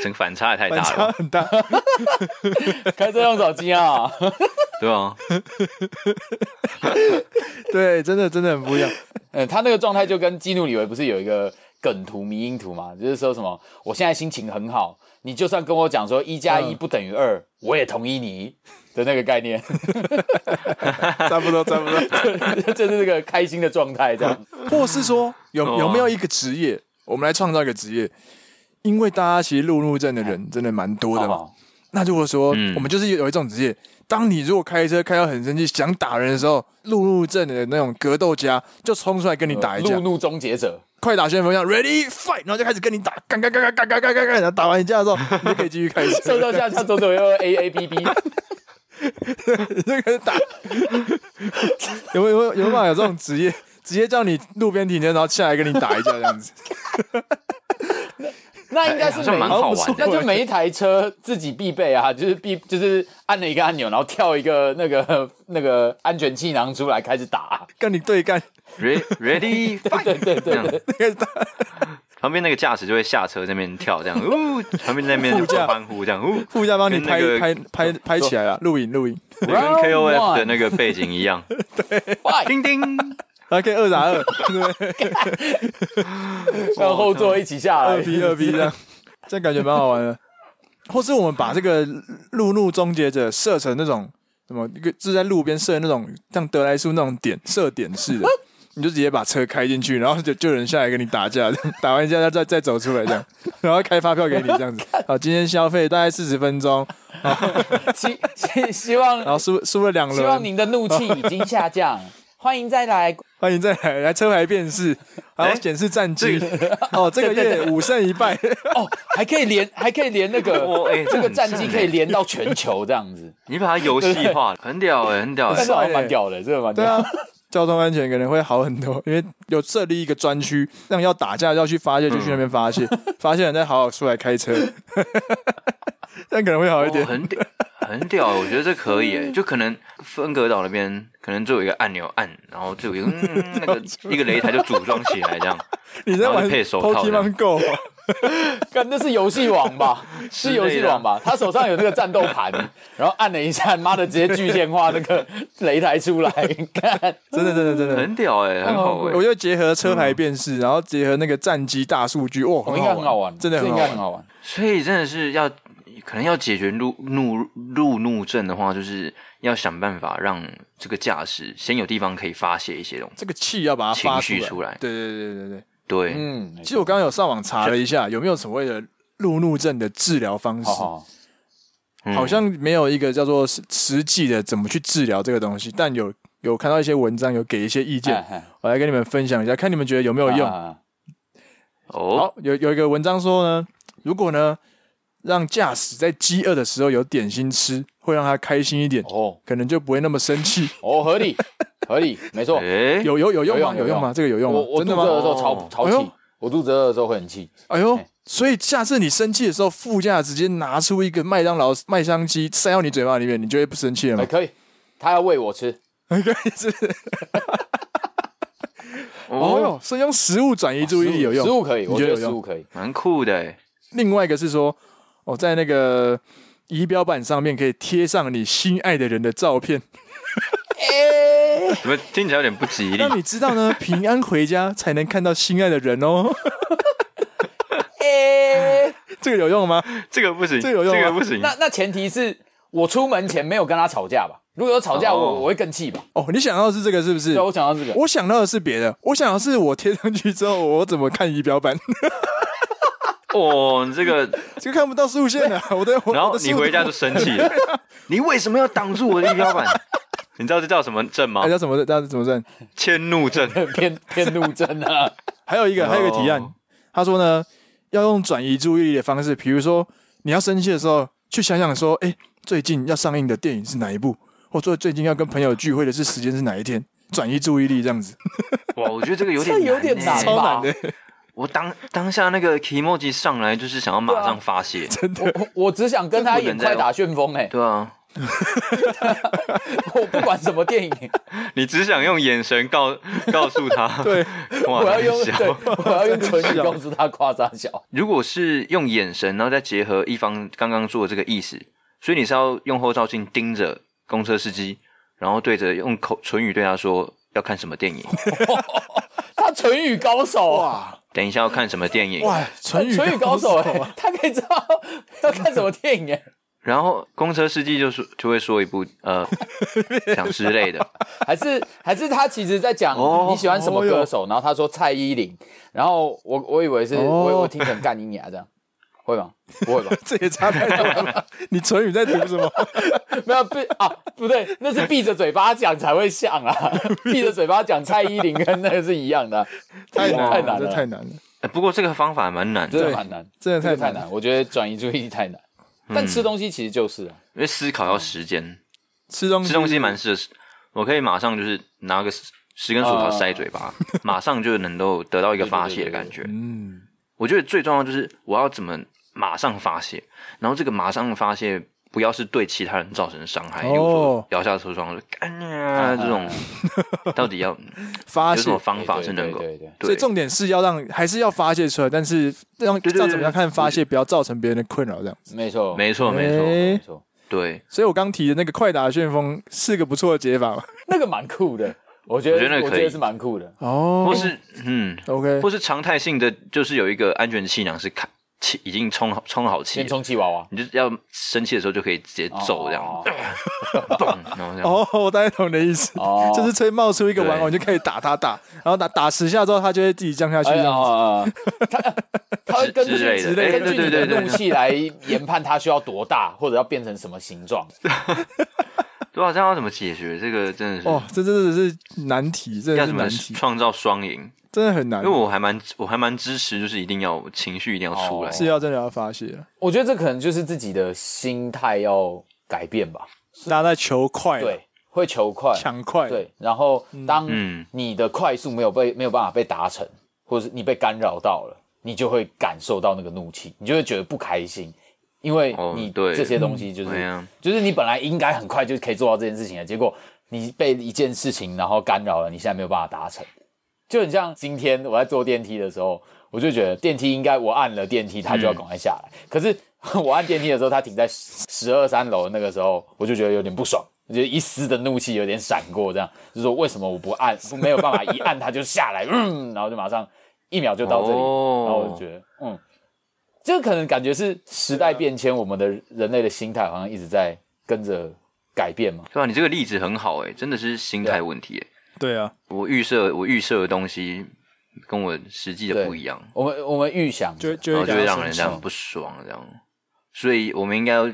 Speaker 3: 整个反差也太
Speaker 1: 反
Speaker 3: 大
Speaker 1: 差
Speaker 3: 了，
Speaker 1: 很大，
Speaker 2: 开车用手机啊，
Speaker 3: 对啊。
Speaker 1: 对，真的真的很不一样。
Speaker 2: 嗯，他那个状态就跟基努里维不是有一个梗图、迷因图嘛，就是说什么我现在心情很好，你就算跟我讲说一加一
Speaker 1: 嗯
Speaker 2: 不等于二，我也同意你的那个概念， <laughs>
Speaker 1: 差不多，差不多。
Speaker 2: 就是这个开心的状态
Speaker 1: <laughs>
Speaker 2: 这样。
Speaker 1: 或是说，有
Speaker 3: 哦
Speaker 1: 有没有一个职业，我们来创造一个职业？因为大家其实路怒症的人真的蛮多的嘛。
Speaker 2: 哦
Speaker 1: 那如果说
Speaker 3: 嗯
Speaker 1: 我们就是有一种职业，当你如果开车开到很生气想打人的时候，路怒症的那种格斗家就冲出来跟你打一架
Speaker 2: 呃路，怒终结者，
Speaker 1: 快打旋风一样，ready fight，然后就开始跟你打，干干干干干干干干干，然后打完一架之后，你就可以继续开
Speaker 2: 上 <laughs>
Speaker 1: 车，
Speaker 2: 上下下左左右右 A A B <laughs> B，
Speaker 1: 你就开始打。 <laughs> 有没有有没有有没有办法有这种职业？直接叫你路边停车，然后下来跟你打一架这样子。
Speaker 2: 那应该是每
Speaker 3: 好哎像蛮好
Speaker 1: 哎好像不
Speaker 3: 玩
Speaker 2: 那
Speaker 1: 错
Speaker 3: 的，
Speaker 2: 就每一台车自己必备啊，就是必就是按了一个按钮，然后跳一个那个 <laughs> 那个安全气囊出来开始打。
Speaker 1: 跟你对干，
Speaker 3: Re- Ready fight，对对对
Speaker 1: 对
Speaker 3: 旁边那个驾驶就会下车在那边跳，这样，呜，旁边在那边
Speaker 1: 副驾
Speaker 3: 欢呼，这样，呜，
Speaker 1: 副驾帮你
Speaker 3: 跟
Speaker 1: 拍、
Speaker 3: 那个
Speaker 1: 拍拍拍起来了，录影录影，
Speaker 3: 就跟
Speaker 2: Round
Speaker 3: KOF
Speaker 2: one
Speaker 3: 的那个背景一样，
Speaker 2: Fight，
Speaker 3: 叮叮，
Speaker 1: 然后可以二打
Speaker 3: <laughs>
Speaker 1: 二，对不对？
Speaker 2: 让后座一起下来
Speaker 1: 二。比
Speaker 3: 哎
Speaker 1: 二比这样，这样感觉蛮好玩的。或是我们把这个路怒终结者设成那种什么一个就是在路边设那种像德莱叔那种点设点式的，你就直接把车开进去，然后就就有人下来跟你打架， <laughs> 这样打完架再再走出来这样，然后开发票给你这
Speaker 3: <laughs>
Speaker 1: 样子。好，今天消费大概四十分钟，
Speaker 2: 希希希
Speaker 1: 然
Speaker 2: 望
Speaker 1: 后输输了两
Speaker 2: 希望
Speaker 1: 轮，
Speaker 2: 您的怒气已经下降，欢迎
Speaker 1: <laughs>
Speaker 2: 再来。哦
Speaker 1: 欢迎再来来车牌辨识，还要
Speaker 3: 哎
Speaker 1: 显示战绩。 <laughs> 哦，这个月五胜一败。
Speaker 2: 哦，还可以连还可以连
Speaker 1: <laughs>
Speaker 2: 那个
Speaker 3: 哇哎
Speaker 2: 哦这个
Speaker 3: 这很
Speaker 2: 战绩
Speaker 3: 赞
Speaker 2: 可以
Speaker 3: 哎
Speaker 2: 连到全球这样子，
Speaker 3: 你把它游戏
Speaker 1: <laughs>
Speaker 3: 化了，很屌哎，很屌哎
Speaker 2: 但，是好像
Speaker 1: 欸
Speaker 2: 蛮屌的，这个蛮屌
Speaker 1: 对
Speaker 2: 的。
Speaker 1: 啊，交通安全可能会好很多，因为有设立一个专区，让要打架要去发泄就去那边发泄，发泄人再好好出来开车， <laughs> 这样可能会好一
Speaker 3: 哦
Speaker 1: 点。
Speaker 3: 很屌，很屌，我觉得这可以
Speaker 1: 嗯
Speaker 3: 哎，就可能分隔岛那边可能就有一个按钮按，然后就有一个
Speaker 1: <laughs>
Speaker 3: 嗯那个一个擂台就组装起来这样，
Speaker 1: 你在
Speaker 3: 然后
Speaker 1: 玩
Speaker 3: 就配手套这样
Speaker 1: Pokemon Go，啊
Speaker 2: <laughs> 干那是游戏王
Speaker 1: <laughs>
Speaker 2: 吧？是游戏王吧？他手上有那个战斗盘，然后按了一下，妈的，直接具现化那个 <laughs> 擂台
Speaker 1: <laughs>
Speaker 2: 出来，看
Speaker 1: 真的真的真的。
Speaker 3: 很屌哎，很好哎
Speaker 1: <laughs> 我，就结合车牌辨识，然后结合那个战机大数据，哇，
Speaker 2: 哦我应该很好
Speaker 1: 好
Speaker 2: 玩，
Speaker 1: 真的
Speaker 2: 这
Speaker 1: 很
Speaker 2: 应该很
Speaker 1: 好玩。
Speaker 2: 好玩。
Speaker 3: 所以真的是要可能要解决路怒路怒症的话，就是要想办法让这个驾驶先有地方可以发泄一些东西。
Speaker 1: 这个气要把它发
Speaker 3: 情绪出来
Speaker 1: 对对对对对。
Speaker 3: 对，
Speaker 1: 嗯，其实我刚刚有上网查了一下，有没有所谓的路怒症的治疗方式？
Speaker 2: 好好，
Speaker 3: 嗯
Speaker 1: 好像没有一个叫做实实际的怎么去治疗这个东西，但有有看到一些文章，有给一些意见，
Speaker 2: 哎
Speaker 1: 我来跟你们分享一下，看你们觉得有没有用。
Speaker 2: 啊
Speaker 3: 哦，
Speaker 1: 好，有有一个文章说呢，如果呢让驾驶在饥饿的时候有点心吃，会让他开心一点，
Speaker 2: 哦
Speaker 1: 可能就不会那么生
Speaker 2: <laughs>
Speaker 1: 气。
Speaker 2: 哦，合理合理，没错。
Speaker 3: 哎，
Speaker 1: <laughs> 有有有用吗？
Speaker 2: 有用
Speaker 1: 有用吗？这个有用
Speaker 2: 我
Speaker 1: 吗？
Speaker 2: 我
Speaker 1: 真
Speaker 2: 肚
Speaker 1: 的
Speaker 2: 子
Speaker 1: 吗？
Speaker 2: 饿的时候
Speaker 3: 哦
Speaker 2: 超超
Speaker 1: 哎呦
Speaker 2: 气，我肚子饿的时候会很气。
Speaker 1: 哎呦
Speaker 2: 哎！
Speaker 1: 所以下次你生气的时候，副驾直接拿出一个麦当劳麦香鸡塞到你嘴巴里面，你就会不生气了
Speaker 2: 哎，
Speaker 1: 嘛？
Speaker 2: 可以，他要喂我吃。
Speaker 1: 哦
Speaker 3: 哦，
Speaker 1: 哟，是用食物转移注意力有用，
Speaker 2: 食物可以，
Speaker 1: 你
Speaker 2: 我
Speaker 1: 觉
Speaker 2: 觉
Speaker 1: 得
Speaker 2: 得
Speaker 1: 有
Speaker 2: 食
Speaker 1: 用
Speaker 2: 物？可以。
Speaker 3: 蛮酷的哎，
Speaker 1: 另外一个是说，哦，在那个仪表板上面可以贴上你心爱的人的照片，
Speaker 3: 嗯怎么听起来有点不吉
Speaker 1: <laughs>
Speaker 3: 利？
Speaker 1: 让你知道
Speaker 3: <laughs>
Speaker 1: 呢，平安回家才能看到心爱的人哦。 <laughs> 这个有用吗？
Speaker 3: 这个不行，
Speaker 1: 这个有用吗
Speaker 3: 这个不行。
Speaker 2: 那那前提是我出门前没有跟他吵架吧？如果有吵架，
Speaker 3: 哦
Speaker 2: 我我会更气吧？
Speaker 1: 哦，你想到的是这个是不是
Speaker 2: 对，？我想到这
Speaker 1: <laughs>
Speaker 2: 个，
Speaker 1: 我想到的是别的，我想到是我贴上去之后，我怎么看仪表板？ <laughs>
Speaker 3: 哦，你这个，
Speaker 1: 这个看不到竖线的、我的我
Speaker 3: 然
Speaker 1: 我
Speaker 3: 后
Speaker 1: 的速
Speaker 3: 你
Speaker 1: 度
Speaker 3: 回家就生气了， <laughs> 你为什么要挡住我的仪表板？ <laughs> 你知道这叫什么症吗
Speaker 1: 哎？叫什么？叫什么证？
Speaker 3: 迁怒症。
Speaker 2: 偏偏怒症啊！
Speaker 1: 还有一个，还有一个提案
Speaker 3: 哦，
Speaker 1: 他说呢，要用转移注意力的方式，比如说你要生气的时候，去想想说，哎、最近要上映的电影是哪一部，或者最近要跟朋友聚会的是时间是哪一天，转移注意力这样子。
Speaker 3: 哇，我觉得这个有点
Speaker 2: 这有
Speaker 3: 欸
Speaker 2: 点难
Speaker 1: 超
Speaker 2: 吧
Speaker 1: 难？的
Speaker 3: 我当当下那个 emoji 上来就是想要马上发泄，
Speaker 2: 我我只想跟他演
Speaker 3: 这不能再
Speaker 2: 快打旋风哎，
Speaker 3: 对啊，
Speaker 2: 我不管什么电影，
Speaker 3: 你只想用眼神 <laughs> 告告诉他，
Speaker 1: 对，
Speaker 3: <laughs> 哇，
Speaker 2: 我要用
Speaker 3: 很小
Speaker 2: 对，我要用唇语告诉他夸张
Speaker 1: <laughs>
Speaker 2: 小。
Speaker 3: 如果是用眼神，然后再结合一方刚刚做的这个意思，所以你是要用后照镜盯着公车司机，然后对着用口唇语对他说要看什
Speaker 2: <laughs>
Speaker 3: 么电影，
Speaker 2: 他唇语高手啊！
Speaker 1: 哇
Speaker 3: 等一下要看什么电影，
Speaker 1: 哇，唇语
Speaker 2: 唇语高
Speaker 1: 手
Speaker 2: 手哎、
Speaker 1: 啊，
Speaker 2: 他可以知道 <laughs> 要看什么电影哎、
Speaker 3: 然后公车司机就说就会说一部
Speaker 1: <laughs>
Speaker 3: 呃讲之类的，
Speaker 2: 还是还是他其实在讲
Speaker 3: 哦
Speaker 2: 你喜欢什么
Speaker 1: 哦哟
Speaker 2: 歌手，然后他说蔡依林，然后我我以为是、
Speaker 1: 哦
Speaker 2: 我我听成干你娘这样，会吗？不会吧？
Speaker 1: <laughs> 这也差太多了。你唇语在读什么？
Speaker 2: 没有闭啊，不对，那是闭着嘴巴讲才会像啊，闭着嘴巴讲蔡依林跟那个是一样的啊，
Speaker 1: <laughs> <laughs> 太难
Speaker 2: 太
Speaker 1: 了，
Speaker 2: 难
Speaker 1: 这
Speaker 2: 了，
Speaker 1: 太难了。
Speaker 3: 哎不过这个方法蛮难的，
Speaker 2: 真
Speaker 1: 对
Speaker 2: 的蛮难，
Speaker 1: 真的太
Speaker 2: 这个太
Speaker 1: 难嗯
Speaker 2: 难，我觉得转移注意力太难，但吃东西其实就是啊，
Speaker 3: 因为思考要时间，
Speaker 1: 吃东西，
Speaker 3: 吃东西蛮适合，我可以马上就是拿个十十根薯条塞嘴
Speaker 1: 啊
Speaker 3: 巴，马上就能够得到一个发泄的感觉。
Speaker 1: 嗯，
Speaker 3: 我觉得最重要就是我要怎么马上发泄，然后这个马上发泄不要是对其他人造成伤害，
Speaker 1: 哦啊
Speaker 3: 比如说摇下车窗说“干呀”
Speaker 1: <laughs>
Speaker 3: 这种，到底要
Speaker 1: 发
Speaker 3: 有
Speaker 1: 泄
Speaker 3: 什么。方法是能够？
Speaker 2: 对对对对
Speaker 1: 所以
Speaker 3: 对，
Speaker 1: 重点是要让，还是要发泄出来，但是让
Speaker 3: 对对
Speaker 1: 要怎么样看
Speaker 3: 对
Speaker 1: 发泄，不要造成别人的困扰，这样。
Speaker 2: 没错，
Speaker 3: 没错没错，
Speaker 1: 哎
Speaker 2: 没错，
Speaker 3: 对，
Speaker 1: 所以我刚提的那个快打旋风是个不错的解法嘛。
Speaker 2: 那个蛮酷的，我觉得
Speaker 3: 我觉得那个
Speaker 2: 我
Speaker 3: 可以
Speaker 2: 觉得是蛮酷的，
Speaker 1: 哦，
Speaker 3: 或是嗯，
Speaker 1: OK，
Speaker 3: 或是常态性的，就是有一个安全气囊是开气已经充好充好气
Speaker 2: 先
Speaker 3: 了，
Speaker 2: 充气娃娃。
Speaker 3: 你就要生气的时候就可以直接揍这样， <laughs>
Speaker 2: 哦
Speaker 3: 棒，然后这样。
Speaker 1: 哦，我大概懂你的意思，
Speaker 2: 哦
Speaker 1: 就是吹冒出一个玩偶
Speaker 3: 对
Speaker 1: 你就可以打他打，然后打打十下之后，他就会自己降下去。
Speaker 2: 哎
Speaker 1: 这
Speaker 2: 呀，
Speaker 1: 样
Speaker 2: 啊
Speaker 3: <laughs>
Speaker 2: 啊他他会根据
Speaker 3: 之类的
Speaker 2: 你
Speaker 3: 哎
Speaker 2: 根据你
Speaker 3: 对对
Speaker 2: 的
Speaker 3: 对对
Speaker 2: 怒气来研判他需要多大，或者要变成什么形状。
Speaker 3: 对啊，这样要怎么解决？这个真的是、
Speaker 1: 哦，这真的是难题，真
Speaker 3: 要
Speaker 1: 的是
Speaker 3: 怎么
Speaker 1: 难题，
Speaker 3: 创造双赢？
Speaker 1: 真的很难
Speaker 2: 哎
Speaker 3: 因为，我还蛮我还蛮支持，就是一定要情绪一定要出来。
Speaker 2: 哦
Speaker 1: 是要真的要发泄了，
Speaker 2: 我觉得这可能就是自己的心态要改变吧。
Speaker 1: 大家在求快，啊
Speaker 2: 对，，会求快，
Speaker 1: 抢快，，
Speaker 2: 对，然后当
Speaker 3: 嗯
Speaker 2: 你的快速没有被没有办法被达成，或者是你被干扰到了，你就会感受到那个怒气，你就会觉得不开心，因为
Speaker 3: 哦
Speaker 2: 你
Speaker 3: 对
Speaker 2: 这些东西就是、
Speaker 3: 对啊
Speaker 2: 就是你本来应该很快就可以做到这件事情的，结果你被一件事情然后干扰了，你现在没有办法达成，就很像今天我在坐电梯的时候。我就觉得电梯应该我按了电梯，它就要赶快下来。可是 <laughs> 我按电梯的时候，它停在十二三楼，那个时候我就觉得有点不爽，我觉得一丝的怒气有点闪过，这样就说为什么我不按，没有办法一按它就下来，嗯，然后就马上一秒就到这里，
Speaker 3: 哦
Speaker 2: 然后我就觉得嗯，这个可能感觉是时代变迁，我们的人类的心态好像一直在跟着改变嘛。
Speaker 3: 对吧、你这个例子很好哎、真的是心
Speaker 2: 啊
Speaker 3: 态问题哎、
Speaker 1: 对啊，
Speaker 3: 我预设我预设的东西跟我实际的不一样，
Speaker 2: 我们我们预想，
Speaker 1: 就就
Speaker 3: 然后
Speaker 1: 会
Speaker 3: 哦就
Speaker 1: 感
Speaker 3: 会
Speaker 1: 到
Speaker 3: 让人
Speaker 1: 生
Speaker 3: 这
Speaker 1: 气
Speaker 3: 样不爽这样。所以我们应该要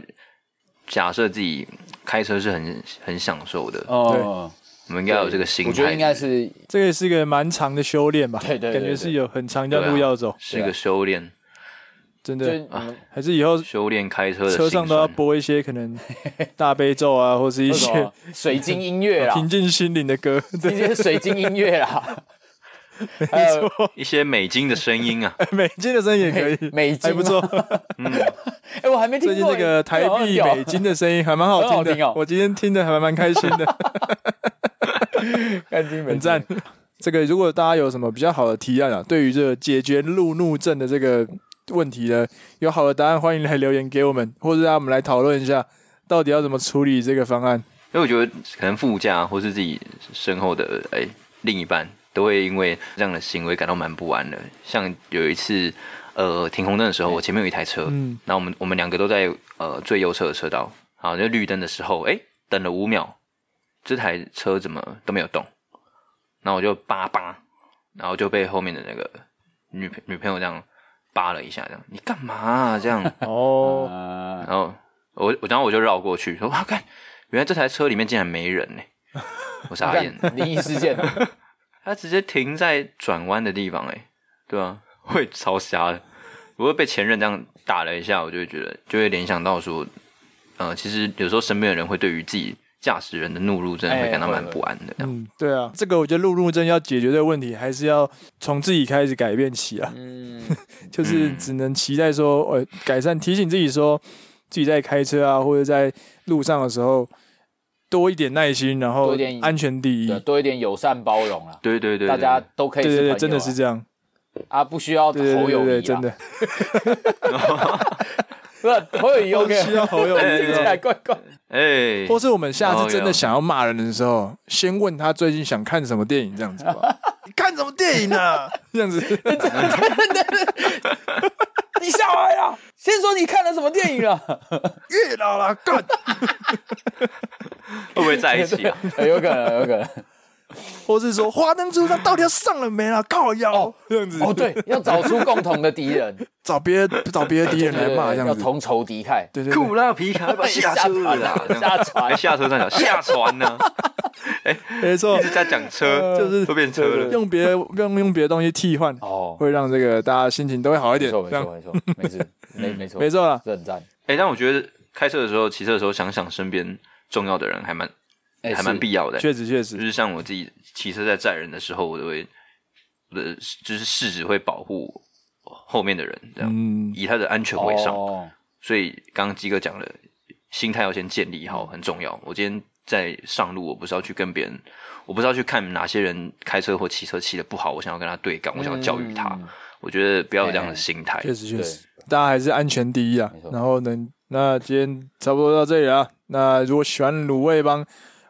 Speaker 3: 假设自己开车是很很享受的，
Speaker 2: 哦，
Speaker 3: 我们应该要有这个心态。
Speaker 2: 我觉得应该是
Speaker 1: 这个是个蛮长的修炼吧？
Speaker 2: 对对对
Speaker 1: 感觉是有很长一
Speaker 3: 对
Speaker 1: 条
Speaker 3: 啊
Speaker 1: 路要走，
Speaker 3: 是一个修炼，
Speaker 1: 真
Speaker 2: 就
Speaker 1: 的。
Speaker 2: 你们
Speaker 1: 还是以后
Speaker 3: 修炼开车的
Speaker 1: 车上都要
Speaker 3: 辛酸
Speaker 1: 播一些可能大悲咒啊，或是一
Speaker 2: 那什
Speaker 1: 些
Speaker 2: 么水晶音乐啦，
Speaker 1: 平静心灵的歌。
Speaker 2: 一
Speaker 1: 对，
Speaker 2: 些水晶音
Speaker 1: <laughs>
Speaker 2: 乐啦，呃还有
Speaker 3: 一些美金的声音啊，
Speaker 1: 美金的声音也可以，
Speaker 2: 美美
Speaker 1: 还
Speaker 2: 金啊 <laughs>
Speaker 1: 不错。
Speaker 2: 哎，我还没听
Speaker 1: 最
Speaker 2: 过
Speaker 1: 近这个台币美金的声音还蛮好听
Speaker 2: 很好听哦
Speaker 1: 的，我今天听的还蛮开心
Speaker 2: <laughs>
Speaker 1: 的，
Speaker 2: 干金美
Speaker 1: 很赞。这个如果大家有什么比较好的提案啊，对于这个解决路怒症的这个问题呢，有好的答案，欢迎来留言给我们，或者让我们来讨论一下，到底要怎么处理这个方案。
Speaker 3: 因为我觉得可能副驾或是自己身后的哎、另一半都会因为这样的行为感到蛮不安的。像有一次，呃，停红灯的时候，我前面有一台车，
Speaker 1: 嗯
Speaker 3: 然后我们我们两个都在呃最右侧的车道，好，就绿灯的时候，哎、等了五秒，这台车怎么都没有动，然后我就叭叭，然后就被后面的那个女朋女朋友这样扒了一下，这样你干嘛、啊、这样？
Speaker 1: 哦，
Speaker 2: 啊，
Speaker 3: 然后我我然后我就绕过去说哇，看原来这台车里面竟然没人呢、我傻眼，
Speaker 2: 干灵异事
Speaker 3: <laughs>
Speaker 2: 件，
Speaker 3: 他直接停在转弯的地方哎、对啊，我也超瞎的。如果被前任这样打了一下，我就会觉得就会联想到说，呃，其实有时候身边的人会对于自己驾驶人的怒路真的会感到蛮不安的。
Speaker 1: 嗯，对啊，这个我觉得路怒症要解决这个问题，还是要从自己开始改变起啊。
Speaker 2: 嗯，
Speaker 1: 就是
Speaker 3: 嗯
Speaker 1: 只能期待说，呃，改善提醒自己说，自己在开车啊或者在路上的时候多一点耐心，然
Speaker 2: 多
Speaker 1: 后
Speaker 2: 一点
Speaker 1: 安全第一。
Speaker 2: 对多一点友善包容啦，
Speaker 3: 对对对对，
Speaker 2: 大家都可以
Speaker 1: 对
Speaker 2: 是
Speaker 1: 对
Speaker 2: 朋友
Speaker 1: 对，
Speaker 2: 啊
Speaker 1: 真的是这样，
Speaker 2: 啊，不需要
Speaker 1: 对对
Speaker 2: 侯
Speaker 1: 对
Speaker 2: 友
Speaker 1: 对，
Speaker 2: 谊，啊
Speaker 1: 真 <laughs> 的，
Speaker 2: 不是侯友谊 OK，
Speaker 1: 需要好友
Speaker 3: 对
Speaker 1: 谊
Speaker 2: 听起
Speaker 1: 这 <laughs>
Speaker 2: 来
Speaker 1: 种。
Speaker 2: 怪怪。
Speaker 3: 哎、
Speaker 1: 或是我们下次真
Speaker 3: 有有
Speaker 1: 的想要骂人的时候，先问他最近想看什么电影，这样子 <laughs> 吧。你看什么电影 <laughs> 呢？这样子，
Speaker 2: 你下来啊！先说你看了什么电
Speaker 3: <laughs>
Speaker 2: 影啊？
Speaker 1: 月老啦，干。
Speaker 3: 会不会在一起
Speaker 2: <laughs>
Speaker 3: 啊？
Speaker 2: 哎有可能，有可能。
Speaker 1: 或是说花灯初上到底要上了没啦？靠腰、这样子
Speaker 2: 哦，对，要找出共同的敌人，
Speaker 1: 找别找 <laughs> 别的敌 <laughs> 人来骂这
Speaker 2: 对对对要
Speaker 1: 样子，
Speaker 2: 同仇敌忾。，
Speaker 1: 对对对，
Speaker 3: 库拉皮卡要不要下车啦
Speaker 2: <laughs> 下
Speaker 3: 哎
Speaker 2: 船，
Speaker 3: 下车站长下船呢、
Speaker 1: 没错
Speaker 3: 一，直在讲车，
Speaker 1: 就是
Speaker 3: 都变车了。
Speaker 1: 用别
Speaker 2: <laughs>
Speaker 1: 用用别的东西替换，
Speaker 2: 哦，
Speaker 1: 会让这个大家心情都会好一
Speaker 2: 没
Speaker 1: 点，
Speaker 2: 错，没
Speaker 1: 这样
Speaker 2: 错，没错，没事， <laughs> 没没错，
Speaker 1: 没，错啦。
Speaker 2: 这很赞，
Speaker 3: 哎、但我觉得开车的时候、骑车的时候，想想身边重要的人，还蛮、
Speaker 2: 哎
Speaker 3: 还蛮
Speaker 2: 是
Speaker 3: 必要的、
Speaker 1: 确实确实
Speaker 3: 就，是像我自己骑车在载人的时候，我都会我的就是试着会保护后面的人，这样、
Speaker 1: 嗯，
Speaker 3: 以他的安全为上。
Speaker 2: 哦
Speaker 3: 所以刚刚鸡哥讲的，心态要先建立好，很重要。我今天在上路，我不是要去跟别人，我不是要去看哪些人开车或骑车骑的不好，我想要跟他对杠，我想要教育他。
Speaker 2: 嗯
Speaker 3: 我觉得不要有这样的心态。
Speaker 1: 确实确
Speaker 2: 对
Speaker 1: 实，大家还是安全第一啊
Speaker 2: 没错。
Speaker 1: 然后呢，那今天差不多到这里了啊。那如果喜欢卤味帮，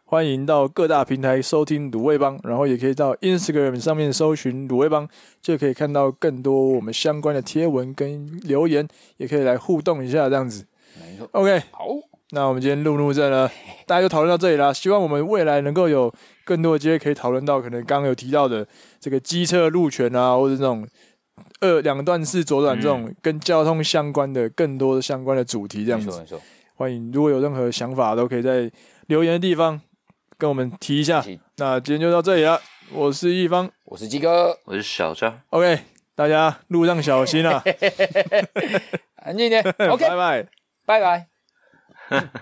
Speaker 1: 欢迎到各大平台收听卤味帮，然后也可以到 Instagram 上面搜寻卤味帮，就可以看到更多我们相关的贴文跟留言，也可以来互动一下这样子。
Speaker 2: 没错，
Speaker 1: OK，
Speaker 2: 好，
Speaker 1: 那我们今天路怒症呢，大家就讨论到这里啦。希望我们未来能够有更多的机会可以讨论到可能刚刚有提到的这个机车路权啊，或者这种二两段式左转这种跟交通相关的更多的相关的主题这样
Speaker 2: 嗯没错，
Speaker 1: 子。
Speaker 2: 没错，
Speaker 1: 欢迎如果有任何想法都可以在留言的地方跟我们提一下
Speaker 2: 一起。
Speaker 1: 那今天就到这里了，我是一方
Speaker 2: 我是鸡哥，
Speaker 3: 我是小张，
Speaker 1: ，OK，大家路上小心啊 <laughs>
Speaker 2: <laughs> 安静一点 <laughs> ，OK，
Speaker 1: 拜拜。
Speaker 2: 拜拜。